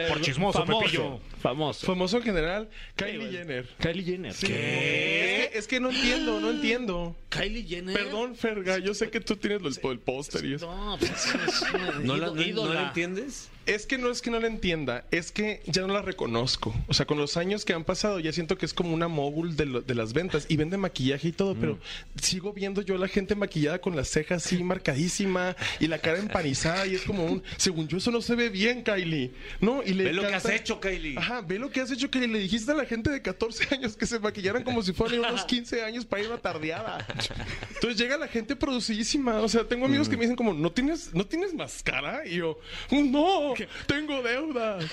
Por chismoso, Pepillo. Famoso. Famoso en general, Kylie Jenner. Kylie Jenner. Es que, es que no entiendo, no entiendo. Kylie Jenner. Perdón, Ferga, yo sé que tú tienes los- el póster y eso. No, pues es una ¿No, la, ído- no- no ídola. la entiendes? Es que no es que no la entienda, es que ya no la reconozco. O sea, con los años que han pasado, ya siento que es como una mogul de, lo- de las ventas y vende maquillaje y todo, pero Mm. sigo viendo yo a la gente maquillada con las cejas así marcadísima y la cara empanizada y es como un, según yo, eso no se ve bien, Kylie. No, y le Ve lo que encanta- has hecho, Kylie. Ajá, ve lo que has hecho, Kylie. Le dijiste a la gente de 14 *laughs* años que se maquillaran como si fueran unos 15 años para ir a una tardeada. Entonces llega la gente producidísima. O sea, tengo amigos que me dicen como, ¿no tienes, ¿no tienes máscara? Y yo, no, tengo deudas.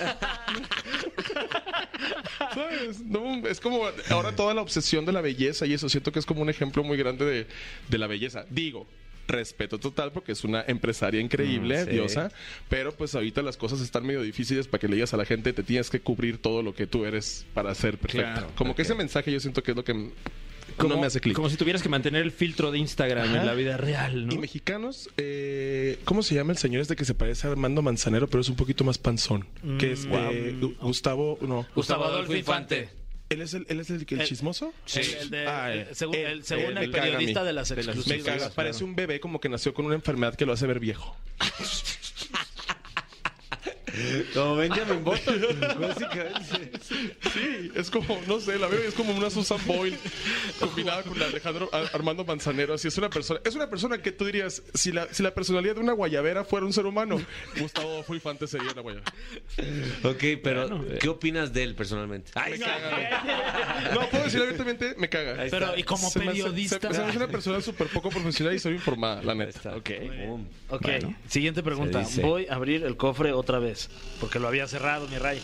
¿Sabes? No, es como ahora toda la obsesión de la belleza y eso. Siento que es como un ejemplo muy grande de, de la belleza. Digo. Respeto total porque es una empresaria increíble, Mm, sí. diosa, pero pues ahorita las cosas están medio difíciles para que le digas a la gente te tienes que cubrir todo lo que tú eres para ser perfecto. Claro, como que ok. ese mensaje yo siento que es lo que m- Como, no me hace clic. como si tuvieras que mantener el filtro de Instagram en la vida real, Y ¿no? mexicanos, eh, ¿cómo se llama el señor este que se parece a Armando Manzanero, pero es un poquito más panzón? Mm, que es eh, Gu- Gustavo, no. Gustavo Adolfo Infante. ¿Él es el, él es el, el El- chismoso? El- el de- Ah, el- según él, el, según él el me caga a mí. periodista de las Me *laughs* exclusivas. caga, parece un bebé como que nació con una enfermedad que lo hace ver viejo. *laughs* Como Benjamin Button, *laughs* básicamente. Sí, es como, no sé, la veo y es como una Susan Boyle combinada con la Alejandro Ar- Armando Manzanero. Así es una persona, es una persona que tú dirías, si la, si la personalidad de una guayabera fuera un ser humano, Gustavo Fulfante sería *laughs* una guayabera. Ok, pero ¿qué opinas de él personalmente? Ay, No, pues, puedo decir abiertamente, me caga. Ahí Pero, y como Se me hace- periodista. se- se me hace una persona súper poco profesional y soy informada, la neta. está. Ok. Boom. Ok, siguiente pregunta. Se dice. Voy a abrir el cofre otra vez. Porque lo había cerrado, mi Ray.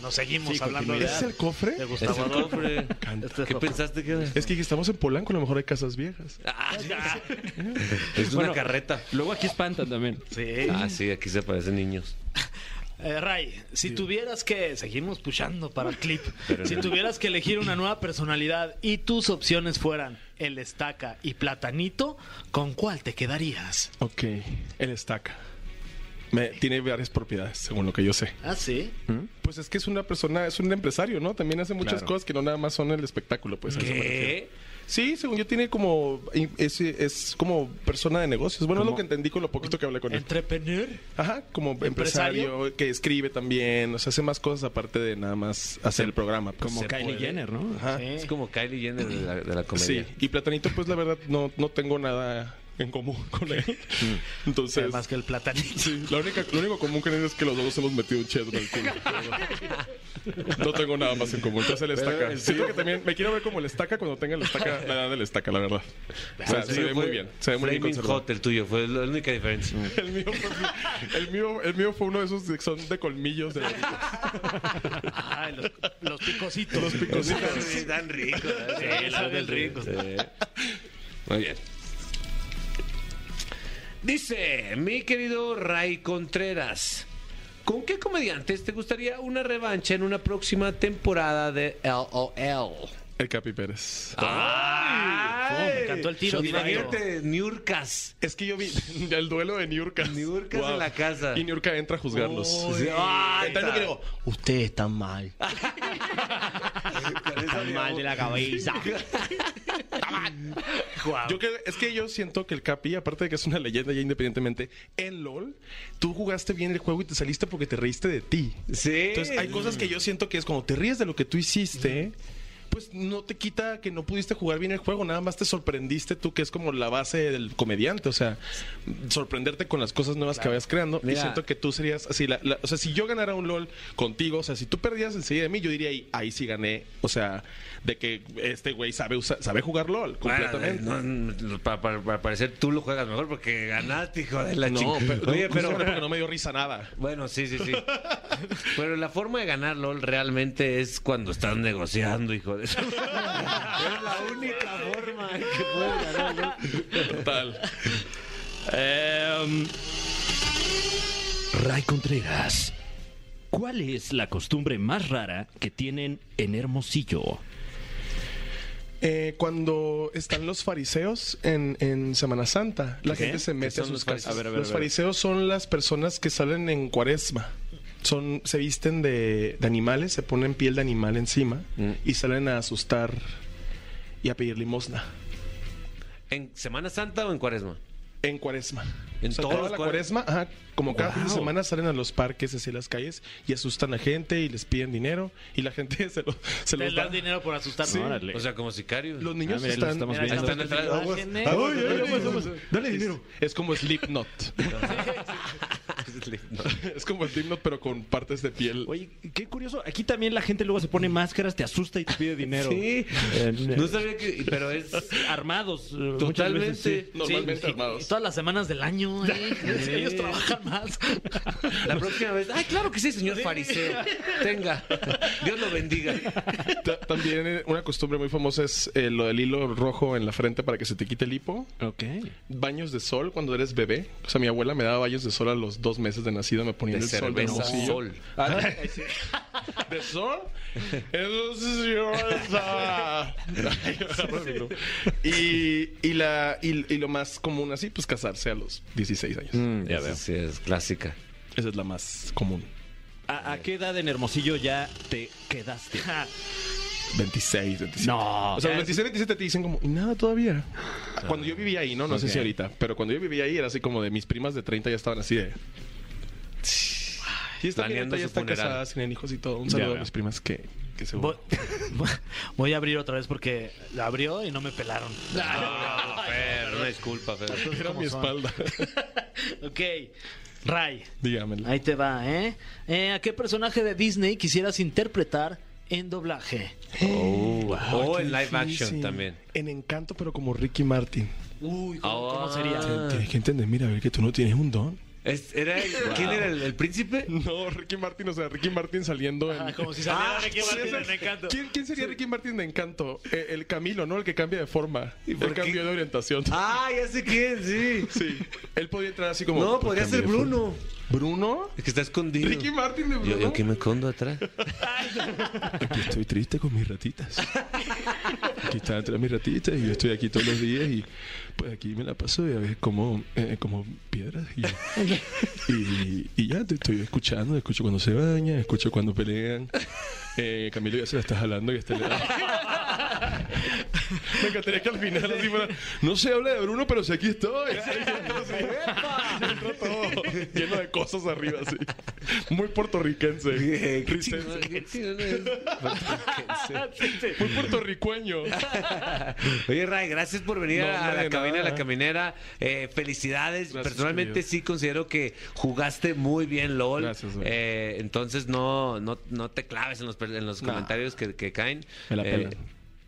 Nos seguimos hablando de, ¿Ese es el cofre? de Es Gustavo el Adolfo. cofre. Este es ¿Qué otro. pensaste que era? Es que estamos en Polanco, a lo mejor hay casas viejas. Ah, es una Bueno. carreta. Luego aquí espantan también. Sí. Ah, sí, aquí se parecen niños. Eh, Ray, si tuvieras que. Seguimos puchando para el clip. Pero si no. tuvieras que elegir una nueva personalidad y tus opciones fueran el estaca y platanito, ¿con cuál te quedarías? Ok, el estaca. Me- tiene varias propiedades, según lo que yo sé. Ah, sí. Pues es que es una persona, es un empresario, ¿no? También hace muchas cosas que no nada más son el espectáculo, pues. a eso me refiero. ¿Qué? Sí, según yo tiene como es, es como persona de negocios. Bueno, es lo que entendí con lo poquito que hablé con él. Entrepreneur. Ajá, como empresario, que escribe también, o sea, hace más cosas aparte de nada más hacer el programa. pues. Como Se Kylie puede. Jenner, ¿no? Ajá. Sí. Es como Kylie Jenner de la, de la Sí, comedia. y Platanito, pues la verdad no, no tengo nada en común *laughs* con él. Entonces, Más que el platanito. sí, la única, lo único común que tenemos es que los dos hemos metido un cheto en el culo. *laughs* No tengo nada más en común. Entonces, el estaca. Siento que también me quiero ver como el estaca cuando tenga el estaca, la edad del estaca, la verdad. O sea, El se tuyo ve muy fue bien. Se ve muy bien Flaming conservado. Hot el tuyo, fue la única diferencia. El mío, fue, *laughs* el, mío, el mío fue uno de esos que son de colmillos de *laughs* Ay, los, los picositos. los picositos. tan rico. saben ricos. Muy bien. Dice, mi querido Ray Contreras, ¿con qué comediantes te gustaría una revancha en una próxima temporada de LOL? El Capi Pérez. ¡Ay! me encantó el tiro Shot directo. Imagínate, Niurkas. Es que yo vi *laughs* el duelo de Niurka. Niurkas en la casa. Y Niurka entra a juzgarlos. Sí. Ay, Tanto que digo, Usted está mal. está Mal de la cabeza. Yo creo, es que yo siento que el Capi, aparte de que es una leyenda ya independientemente, en LOL, tú jugaste bien el juego y te saliste porque te reíste de ti. Sí. Entonces hay cosas que yo siento que es cuando te ríes de lo que tú hiciste, pues no te quita que no pudiste jugar bien el juego, nada más te sorprendiste tú, que es como la base del comediante, o sea, sorprenderte con las cosas nuevas que vayas creando. Y Mira. siento que tú serías así, la- la- o sea, si yo ganara un LOL contigo, o sea, si tú perdías enseguida de mí, yo diría, ahí, ahí sí gané, o sea, de que este güey sabe, usa- sabe jugar LOL Bueno, completamente. no, no, para, para- para parecer tú lo juegas mejor porque ganaste, hijo de la chingada. Oye, Justamente *laughs* pero porque no me dio risa nada. Bueno, sí, sí, *laughs* sí. Pero la forma de ganar LOL realmente es cuando estás negociando, hijo *laughs* de... Es la única forma en que puedes ganar LOL. *laughs* Total. Em, Ray Contreras, ¿cuál es la costumbre más rara que tienen en Hermosillo? Eh, cuando están los fariseos en, en Semana Santa, la ¿Qué? gente se ¿Qué mete son a sus los casas. fariseos? A ver, a ver, los a ver. fariseos son las personas que salen en cuaresma. Son, se visten de, de animales, se ponen piel de animal encima Mm. y salen a asustar y a pedir limosna. ¿En Semana Santa o en Cuaresma? En cuaresma. En todos toda los la cuar- cuaresma, ajá, como cada fin de Wow. semana salen a los parques, hacia las calles y asustan a gente y les piden dinero y la gente *laughs* se, lo, se Te los dan da. dinero por asustarme. Sí. Órale. O sea, como sicarios. Los niños Ah, mira, los están... estamos Mira, ahí viendo. Están estamos atrás. viendo imágenes. Ay, ay, ay, vamos, vamos. Dale dinero. Es como Slipknot. *laughs* *laughs* es como Slipknot, pero con partes de piel. Oye, qué curioso. Aquí también la gente luego se pone máscaras, te asusta y te pide dinero. Sí. En- No sabía que... Pero es... Armados. eh, muchas Totalmente. veces, sí. Normalmente Sí, y- y armados. todas las semanas del año. ¿eh? Es que Ellos trabajan más. La próxima vez... Ay, claro que sí, señor fariseo. Tenga. Dios lo bendiga. Ta- También eh, una costumbre muy famosa es eh, lo del hilo rojo en la frente para que se te quite el hipo. Ok. Baños de sol cuando eres bebé. O sea, mi abuela me daba baños de sol a los dos meses de nacido. Me De ponía en el sol. de cerveza Hermosillo. Ah, sol. *laughs* ¿De sol? Entonces yo *laughs* estaba- *laughs* y, y, la, y, y lo más común así, pues casarse a los 16 años. Mm, ya veo. Sí, es clásica. Esa es la más común. *laughs* ¿A, a qué edad en Hermosillo ya te quedaste? 26, 27. No. O sea, los 26, 27 te dicen como, y nada todavía. Cuando yo vivía ahí, ¿no? No sé si ahorita, pero cuando yo vivía ahí era así como de mis primas de 30 ya estaban así de. Y están bien, Planeando ahorita ya su están funeral. casadas, tienen hijos y todo. Un Ya saludo a veo. mis primas que, que se Voy, *laughs* voy a abrir otra vez porque la abrió y no me pelaron. Ah, Fer, una disculpa, Fer. Era mi espalda. *laughs* *laughs* Ok. Ray, Dígamelo. ahí te va, ¿eh? Eh, ¿A qué personaje de Disney quisieras interpretar en *laughs* doblaje? Oh, Ay, qué en live action difícil. también. En encanto, pero como Ricky Martin. Uy, ¿cómo- cómo sería? Tienes que entender, mira, a ver que tú no tienes un don. Es- era el- ¿Quién era el, el príncipe? No, Ricky Martin, o sea, Ricky Martin saliendo en. como si saliera Ricky Sí, Martin o sea, en Encanto. ¿Quién, quién sería Ricky Martin de Encanto? Eh, el Camilo, ¿no? El que cambia de forma. por El qué? cambio de orientación. Ah, ya sé quién, sí. Sí. Él podría entrar así como. No, podría ser cambié de Bruno. forma. ¿Bruno? Es que está escondido. Ricky Martin de Bruno. Yo, yo que me escondo atrás. *laughs* Aquí estoy triste con mis ratitas. Aquí están entre mis ratitas y yo estoy aquí todos los días y pues aquí me la paso y a ver como, eh, como piedras. Y, y- y ya te estoy escuchando, escucho cuando se bañan, escucho cuando pelean. Eh, Camilo ya se la está jalando y está... Me encantaría que al final así fuera, no se habla de Bruno, pero sí aquí estoy. Entró todo, lleno de cosas arriba, así. Muy puertorriquense. Ricense. Muy *laughs* puertorriqueño. Oye, Ray, gracias por venir No, a hombre, la de cabina de nada. la caminera. Eh, felicidades. Gracias, Personalmente querido. sí considero que jugaste muy bien LOL. Gracias, güey. Eh, entonces no, no, no te claves en los, per- en los comentarios que, que caen. Me la Eh, pelan.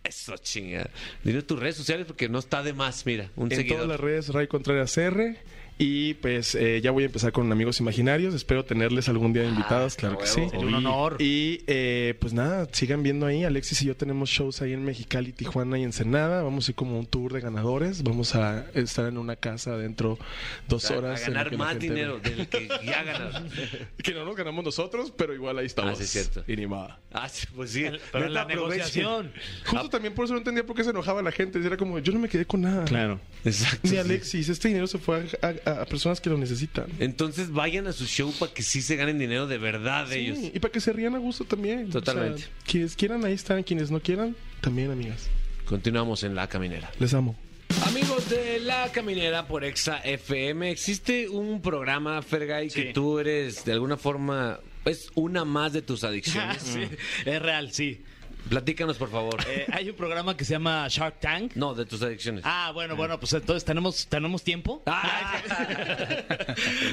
eso, chinga. Dile tus redes sociales porque no está de más, mira, un en seguidor. todas las redes Ray Contreras R y pues eh, ya voy a empezar con amigos imaginarios espero tenerles algún Ah, día de invitadas claro que sí Sería un honor. y eh, pues nada sigan viendo ahí Alexis y yo tenemos shows ahí en Mexicali Tijuana y Ensenada vamos a ir como un tour de ganadores vamos a estar en una casa dentro dos A- horas a en la ganar que la más gente- dinero del que ya ganas. *laughs* que no nos ganamos nosotros pero igual ahí estamos Ah, sí, es cierto. y ni modo. Ah, sí, pues sí. Pero en neta, la aprovechen. negociación. justo también por eso no entendía por qué se enojaba la gente era como yo no me quedé con nada Claro. Exacto. ni sí. Alexis este dinero se fue a- a- a personas que lo necesitan Entonces vayan a su show para que sí se ganen dinero de verdad de Sí, ellos. Y para que se rían a gusto también. O sea, Totalmente. quienes quieran, ahí están. Quienes no quieran, también, amigas. Continuamos en La Caminera. Les amo. Amigos de La Caminera por Exa FM, existe un programa, Fergay, que tú eres de alguna forma, es una más de tus adicciones. Ah, *laughs* Sí, es real, sí. Platícanos, por favor. Eh, hay un programa que se llama Shark Tank. No, de tus adicciones. Ah, bueno, bueno, pues entonces tenemos, tenemos tiempo. Ah. *laughs*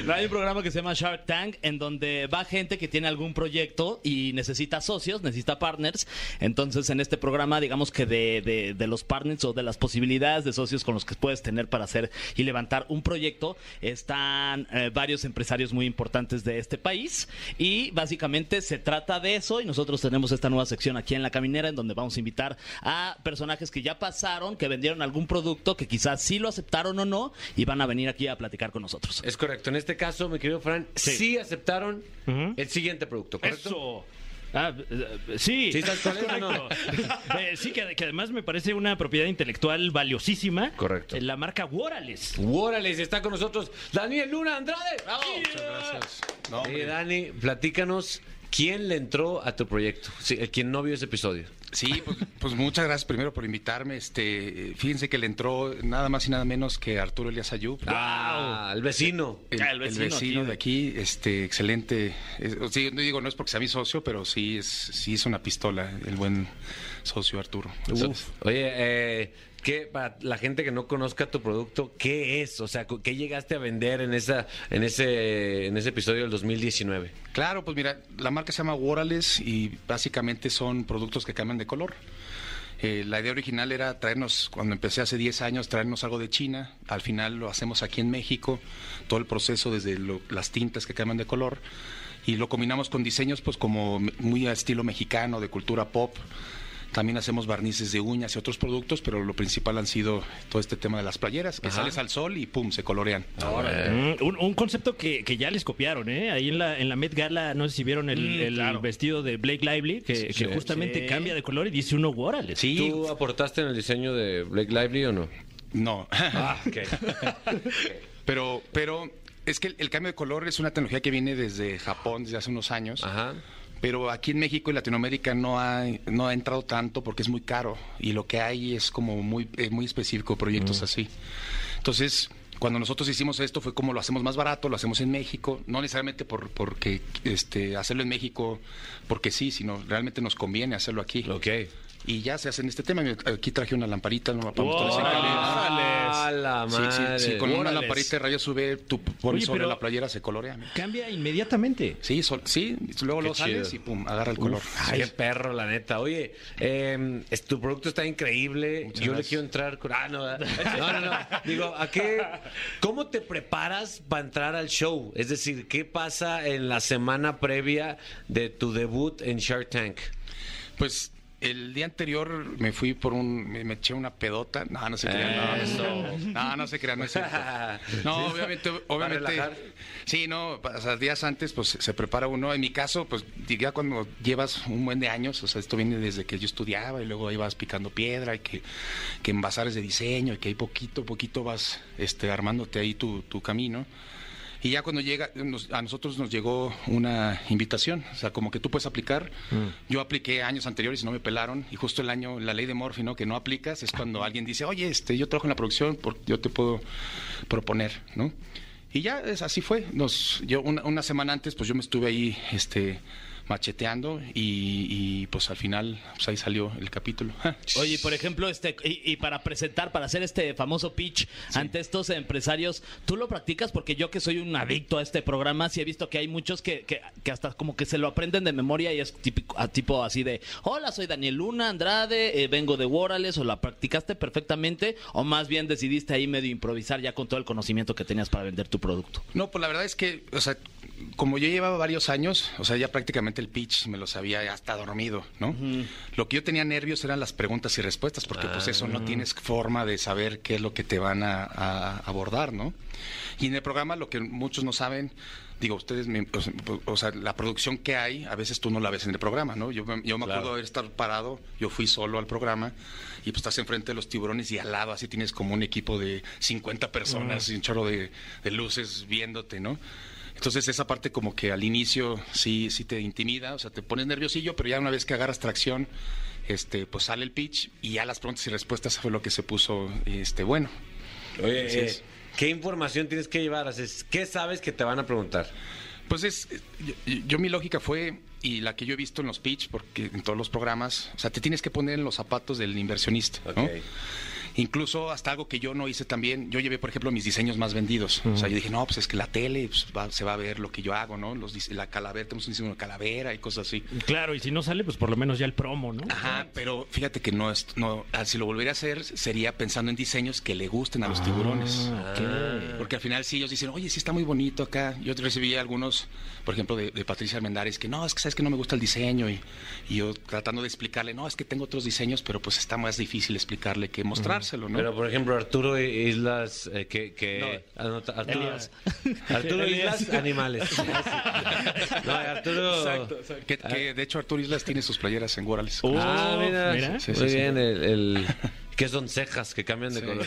No, hay un programa que se llama Shark Tank en donde va gente que tiene algún proyecto y necesita socios, necesita partners. Entonces, en este programa, digamos que de, de- de los partners o de las posibilidades de socios con los que puedes tener para hacer y levantar un proyecto, están eh, varios empresarios muy importantes de este país. Y básicamente se trata de eso. Y nosotros tenemos esta nueva sección aquí en La Caminera en donde vamos a invitar a personajes que ya pasaron, que vendieron algún producto, que quizás sí lo aceptaron o no, y van a venir aquí a platicar con nosotros. Es correcto. En este caso, mi querido Fran, sí, aceptaron el siguiente producto, ¿correcto? Eso. Ah, eh, sí. ¿Sí sabes cuál es o Ah, no? Correcto. *laughs* Eh, sí, que, que además me parece una propiedad intelectual valiosísima. Correcto. Eh, La marca Warales. Órale, está con nosotros Daniel Luna Andrade. ¡Bravo! Gracias. No, Oye, Dani, platícanos quién le entró a tu proyecto, sí, el quien no vio ese episodio. Sí, pues, pues muchas gracias primero por invitarme. Este, fíjense que le entró nada más y nada menos que Arturo Elias Ayub. Ah, el vecino. El, Ah, el el vecino vecino aquí. de aquí, este, excelente. Es- o sí, no digo, no es porque sea mi socio, pero sí es, sí es una pistola, el buen socio Arturo. Uf. Oye, eh, ¿qué, para la gente que no conozca tu producto, ¿qué es? O sea, cu- ¿qué llegaste a vender en esa, en ese, en ese episodio del 2019? Claro, pues mira, la marca se llama Warales y básicamente son productos que cambian de color. Eh, la idea original era traernos, cuando empecé hace 10 años, traernos algo de China. Al final lo hacemos aquí en México, todo el proceso desde lo- las tintas que cambian de color. Y lo combinamos con diseños pues como m- muy a estilo mexicano, de cultura pop. También hacemos barnices de uñas y otros productos, pero lo principal han sido todo este tema de las playeras, que sales al sol y pum, se colorean. Mm, un, un concepto que, que ya les copiaron, ¿eh? Ahí en la, en la Met Gala, no sé si vieron el, Mm, el vestido de Blake Lively, que, que justamente cambia de color y dice uno Warales. Sí, ¿Tú aportaste en el diseño de Blake Lively o no? no. Ah, *laughs* ok. Pero, pero es que el, el cambio de color es una tecnología que viene desde Japón desde hace unos años. Ajá. Pero aquí en México y Latinoamérica no ha, no ha entrado tanto porque es muy caro. Y lo que hay es como muy, eh, muy específico, Mm. proyectos así. Entonces, cuando nosotros hicimos esto fue como lo hacemos más barato, lo hacemos en México, no necesariamente por, porque este, hacerlo en México porque sí, sino realmente nos conviene hacerlo aquí. Ok. Y ya se hace en este tema. Aquí traje una lamparita, no la podemos traer. ¡Ah, la Sí, sí, madre! sí, con una Órales. lamparita de rayos UV, tú pones Oye, sobre pero- la playera, se colorea. Cambia inmediatamente. Sí, sol- sí, luego Qué lo sales chido. y pum, agarra el color. Ay, qué perro, la neta. Oye, eh, es- tu producto está increíble. Muchas Yo le gracias. quiero entrar. con- Ah, no, ¿verdad? no, no, no. Digo, ¿a qué? ¿Cómo te preparas para entrar al show? Es decir, ¿qué pasa en la semana previa de tu debut en Shark Tank? Pues el día anterior me fui por un, me, me eché una pedota. No, no se crean. No, no, no, no se crean, no *laughs* es cierto. No, Sí. obviamente, ¿Para obviamente. relajar? Sí, no, pa- o sea, días antes, pues se prepara uno. En mi caso, pues ya cuando llevas un buen de años, o sea, esto viene desde que yo estudiaba y luego ahí vas picando piedra y que, que en bazares de diseño y que ahí poquito a poquito vas este, armándote ahí tu, tu camino. Y ya cuando llega, nos- a nosotros nos llegó una invitación, o sea, como que tú puedes aplicar. Yo apliqué años anteriores y no me pelaron, y justo el año, la ley de Morphy, ¿no? Que no aplicas, es cuando alguien dice, oye, este, yo trabajo en la producción, por- yo te puedo proponer, ¿no? Y ya es, así fue. Nos, yo una, una semana antes, pues yo me estuve ahí este, macheteando y, y, pues al final pues ahí salió el capítulo. Oye, y por ejemplo, este y, y para presentar, para hacer este famoso pitch ante estos empresarios, ¿tú lo practicas? Porque yo que soy un adicto a este programa, sí he visto que hay muchos que, que- que hasta como que se lo aprenden de memoria y es típico, a tipo así de, hola, soy Daniel Luna Andrade, eh, vengo de Warales, o la practicaste perfectamente, o más bien decidiste ahí medio improvisar ya con todo el conocimiento que tenías para vender tu producto. No, pues la verdad es que, o sea, como yo llevaba varios años, o sea, ya prácticamente el pitch me lo sabía ya hasta dormido, ¿no? Lo que yo tenía nervios eran las preguntas y respuestas, porque pues eso no tienes forma de saber qué es lo que te van a, a abordar, ¿no? Y en el programa lo que muchos no saben, digo, ustedes, me- o sea, pues, o sea, la producción que hay, a veces tú no la ves en el programa, ¿no? Yo, me- yo me acuerdo haber estado parado, yo fui solo al programa y pues estás enfrente de los tiburones y al lado así tienes como un equipo de 50 personas Mm. y un chorro de, de luces viéndote, ¿no? Entonces esa parte como que al inicio sí, sí te intimida, o sea, te pones nerviosillo, pero ya una vez que agarras tracción, este, pues sale el pitch y ya las preguntas y respuestas fue lo que se puso, este, bueno. Oye, Así eh, es. ¿qué información tienes que llevar? O sea, ¿Qué sabes que te van a preguntar? Pues es, yo, yo mi lógica fue, y la que yo he visto en los pitch, porque en todos los programas, o sea, te tienes que poner en los zapatos del inversionista, ¿no? Ok. Incluso hasta algo que yo no hice también, yo llevé, por ejemplo, mis diseños más vendidos. O sea, yo dije, no, pues es que la tele pues, va- se va a ver lo que yo hago, ¿no? Los, dise- la calavera, tenemos un diseño de calavera y cosas así. Claro, y si no sale, pues por lo menos ya el promo, ¿no? Ajá, pero fíjate que no, es- no, ah, si lo volviera a hacer, sería pensando en diseños que le gusten a Ah, los tiburones. Porque al final sí ellos dicen, oye, sí está muy bonito acá. Yo recibí algunos, por ejemplo, de, de Patricia Armendáriz, que no, es que sabes que no me gusta el diseño. Y, y yo tratando de explicarle, no, es que tengo otros diseños, pero pues está más difícil explicarle que mostrárselo, ¿no? Pero, pues, por ejemplo, Arturo Islas, eh, que... que- anota- Arturo, Elías. Arturo Elías. Islas, animales. No, Arturo... Ah, que, que, de hecho Arturo Islas tiene sus playeras en Guarales. Uh, ah, mira. mira. Sí, Muy sí, Pues sí. bien, el... *laughs* el- que son cejas que cambian de Sí. *laughs* color.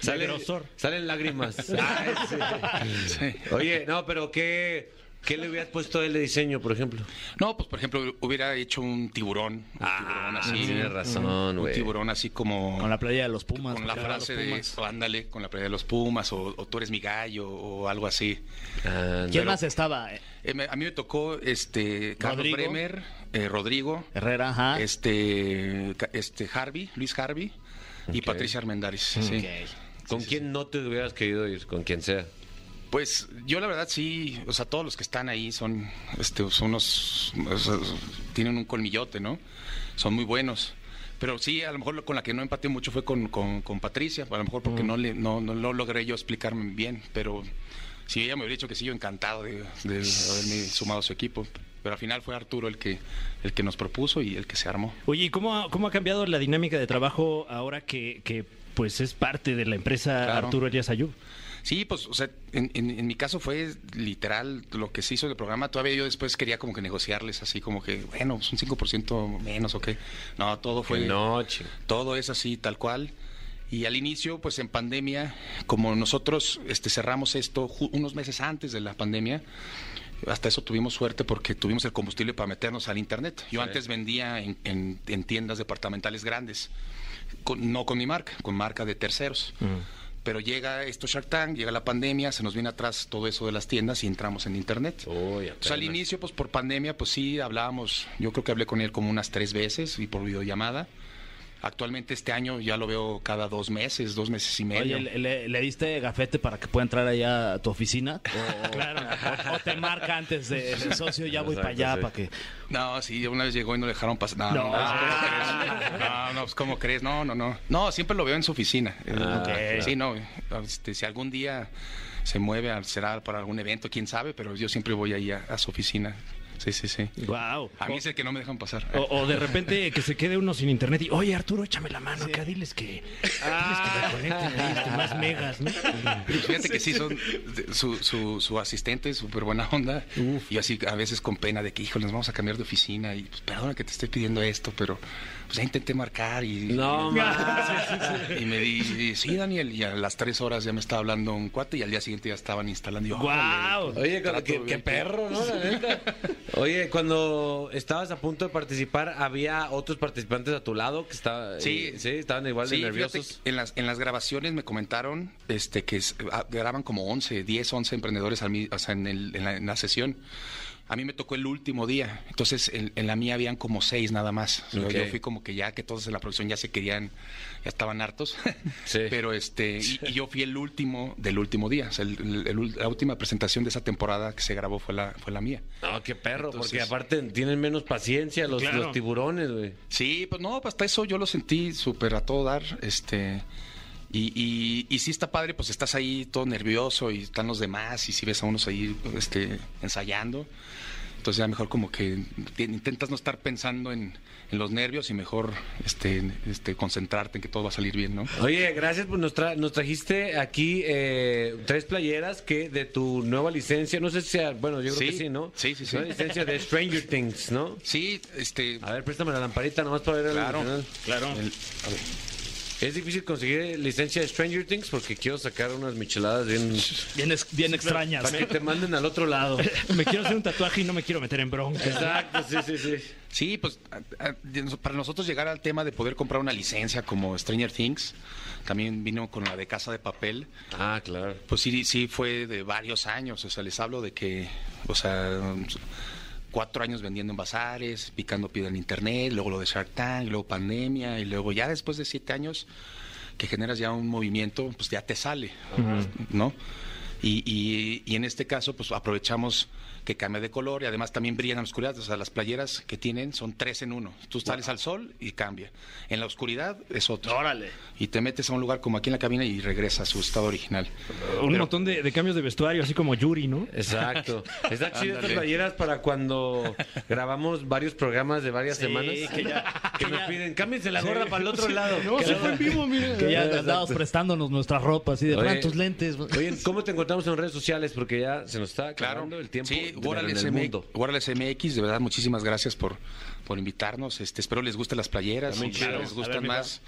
salen, grosor. salen *laughs* lágrimas. Ah, ese. Sí. Oye, no, pero ¿qué, ¿qué le hubieras puesto él de diseño, por ejemplo? No, pues por ejemplo, hubiera hecho un tiburón. Un tiburón así. Ah, tienes razón, Un güey. tiburón así como. Con la playa de los Pumas. con la porque ahora los frase de Pumas. o ándale con la pelea de los Pumas o, o tú eres mi gallo o algo así. Ah, ¿Quién no. más estaba? Eh, me- a mí me tocó este Carlos Rodrigo. Ah. Bremer, eh, Rodrigo, Herrera, ajá. este ca- este Harvey, Luis Harvey y Patricia Armendáriz. sí. ¿Con quién no te hubieras querido ir? Con quien sea. Pues yo la verdad sí, o sea, todos los que están ahí son, este, son unos, o sea, tienen un colmillote, ¿no? Son muy buenos. Pero sí, a lo mejor lo- con la que no empaté mucho fue con, con- con Patricia, a lo mejor porque no, le, no, no, no logré yo explicarme bien, pero si ella me hubiera dicho que sí, yo encantado de, de haberme sumado a su equipo. Pero al final fue Arturo el que, el que nos propuso y el que se armó. Oye, ¿y cómo ha, cómo ha cambiado la dinámica de trabajo ahora que, que, pues es parte de la empresa Claro. Arturo Elías Ayub? Sí, pues, o sea, en, en- en mi caso fue literal lo que se hizo del programa. Todavía yo después quería como que negociarles así, como que, bueno, pues un 5% menos o qué. No, todo fue. Que no, ching. Todo es así, tal cual. Y al inicio, pues en pandemia, como nosotros este, cerramos esto ju- unos meses antes de la pandemia, hasta eso tuvimos suerte porque tuvimos el combustible para meternos al Internet. Yo antes vendía en, en- en tiendas departamentales grandes, con- no con mi marca, con marca de terceros. Pero llega esto Shark Tank, llega la pandemia, se nos viene atrás todo eso de las tiendas y entramos en Internet. Uy, Entonces, al inicio, pues por pandemia, pues sí hablábamos, yo creo que hablé con él como unas tres veces y por videollamada. Actualmente este año ya lo veo cada dos meses, dos meses y medio. Oye, ¿le, le- le diste gafete para que pueda entrar allá a tu oficina? O, claro. *laughs* o, o te marca antes de, de socio, ya voy para Exacto, allá, sí. para que... No, sí, una vez llegó y no le dejaron pasar. No, no, no, ¿cómo crees? no, no, pues ¿cómo crees? No, no, no. No, siempre lo veo en su oficina. Eh, Sí, no, este, si algún día se mueve, a- será para algún evento, quién sabe, pero yo siempre voy ahí a, a su oficina. Sí, sí, sí. Wow. A mí es el que no me dejan pasar. O, o de repente que se quede uno sin internet y, oye Arturo, échame la mano acá, diles que, diles que me conecten ahí, este, más megas, *laughs* ¿no? Fíjate que sí, son de- su, su, su asistente, súper buena onda. Y yo así a veces con pena de que, hijo, nos vamos a cambiar de oficina. Y pues, perdona que te esté pidiendo esto, pero pues ya intenté marcar y... No, ma. *laughs* Y me di, di- sí, Daniel, y a las tres horas ya me estaba hablando un cuate y al día siguiente ya estaban instalando. Y yo, ¡Guau! órale, Oye, cuando- trato qué, bien qué que- perro, ¿no? La neta. Oye, cuando estabas a punto de participar, ¿había otros participantes a tu lado que estaban, Sí. sí, estaban igual de Sí, fíjate nerviosos? que en, las, en las grabaciones me comentaron este, que es- ah, graban como 11, 10, 11 emprendedores al mi- o sea, en, el- en la, en la sesión. A mí me tocó el último día, entonces en, en la mía habían como seis nada más. O sea, Ok. Yo fui como que ya que todos en la producción ya se querían, ya estaban hartos. *laughs* Sí. Pero este, y, y yo fui el último del último día. O sea, el- el- el- la última presentación de esa temporada que se grabó fue la, fue la mía. No, qué perro, porque Entonces- aparte tienen menos paciencia los, Claro. los tiburones, güey. Sí, pues no, hasta eso yo lo sentí súper a todo dar, este... Y, y, y sí está padre, pues estás ahí todo nervioso y están los demás y si ves a unos ahí este, ensayando, entonces ya mejor como que ti- intentas no estar pensando en, en los nervios y mejor este, este, concentrarte en que todo va a salir bien, ¿no? Oye, gracias, pues nos, tra- nos trajiste aquí eh, tres playeras que de tu nueva licencia, no sé si sea, bueno, yo creo Sí, que sí, ¿no? sí, sí, sí. Nueva licencia de Stranger Things, ¿no? Sí, este... A ver, préstame la lamparita nomás para ver el Claro. original. Claro. Es difícil conseguir licencia de Stranger Things porque quiero sacar unas micheladas bien... Bien, ex- bien extrañas. Para que te manden al otro lado. Me quiero hacer un tatuaje y no me quiero meter en bronca. Exacto, sí, sí, sí. Sí, pues a- a- de nos- para nosotros llegar al tema de poder comprar una licencia como Stranger Things, también vino con la de Casa de Papel, Ah, claro. Pues sí, sí fue de varios años. O sea, les hablo de que, o sea, cuatro años vendiendo en bazares, picando piedra en internet, luego lo de Shark Tank, luego pandemia, y luego ya después de siete años que generas ya un movimiento, pues ya te sale, ¿no? Y, y- y en este caso, pues aprovechamos que cambia de color y además también brillan en la oscuridad. O sea, las playeras que tienen son tres en uno. Tú sales al sol y cambia. En la oscuridad es otro. Órale. Y te metes a un lugar como aquí en la cabina y regresa a su estado original. Un montón de, de cambios de vestuario, así como Yuri, ¿no? *laughs* Exacto. Está chido estas Ándale. playeras para cuando grabamos varios programas de varias semanas. que ya- Que nos piden, cámbiense la gorra para el otro lado. Que la- vivo, mira. Que ya andábamos prestándonos nuestras ropas y de Oye. "Fran, tus lentes. Oye, ¿cómo te encontramos en redes sociales? Porque ya se nos está acabando Claro, el tiempo Sí, de- en Guarales el MX, mundo. Guarales MX, de verdad, muchísimas gracias por, por invitarnos. Este, espero les gusten las playeras, si chido. les A gustan ver, mira. más.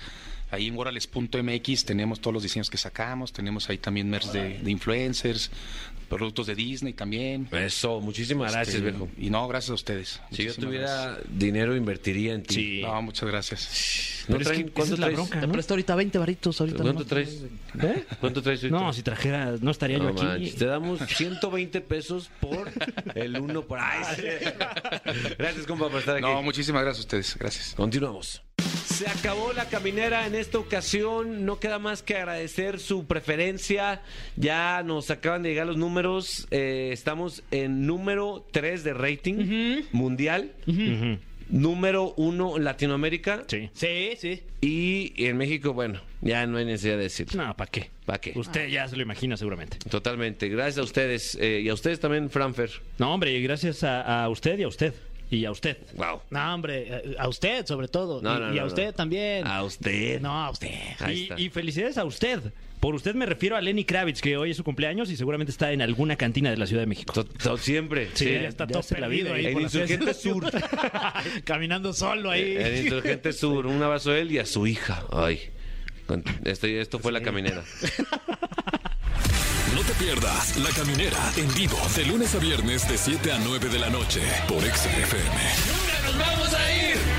Ahí en guarales.mx tenemos todos los diseños que sacamos, tenemos ahí también merch de, de influencers, productos de Disney también. Eso, muchísimas gracias, Este, viejo. Y no, gracias a ustedes. Si yo Muchísimas tuviera gracias. dinero, invertiría en ti. Sí. No, muchas *laughs* gracias. ¿No Pero es traen- que esa ¿Cuánto es la traes? bronca. Te presto ahorita 20 varitos. Ahorita ¿Cuánto nomás. traes? ¿Cuánto traes ahorita? No, si trajera, no estaría No yo aquí. manches, te damos 120 pesos por el uno por ahí. Gracias, compa, por estar aquí. No, muchísimas gracias a ustedes. Gracias. Continuamos. Se acabó la caminera en esta ocasión. No queda más que agradecer su preferencia. Ya nos acaban de llegar los números. Eh, estamos en número 3 de rating mundial. Ujú. Número 1 en Latinoamérica. Sí. Sí, sí. Y en México, bueno, ya no hay necesidad de decirlo. No, ¿para qué? ¿Para qué? Usted ya se lo imagina seguramente. Totalmente. Gracias a ustedes. eh, y a ustedes también, Franfer. No, hombre, y gracias a, a usted y a usted. Y a usted. Wow. No, hombre, eh, a a usted sobre todo. No, y, no, no, y Ah. a no. usted también. A usted. No, a usted. Ahí Y, está. y felicidades a usted. Por usted me refiero a Lenny Kravitz, que hoy es su cumpleaños y seguramente está en alguna cantina de la Ciudad de México. To- to- siempre. Sí, Sí. ya está ya todo se la perdido vive ahí. ahí En por la Insurgente Sur. *laughs* Caminando solo ahí. En Insurgente Sur. Un abrazo a él y a su hija. Ay. Con- Esto, esto fue la caminera. No te pierdas La Caminera en vivo de lunes a viernes de 7 a 9 de la noche por Exa FM. ¡Nunca nos vamos a ir!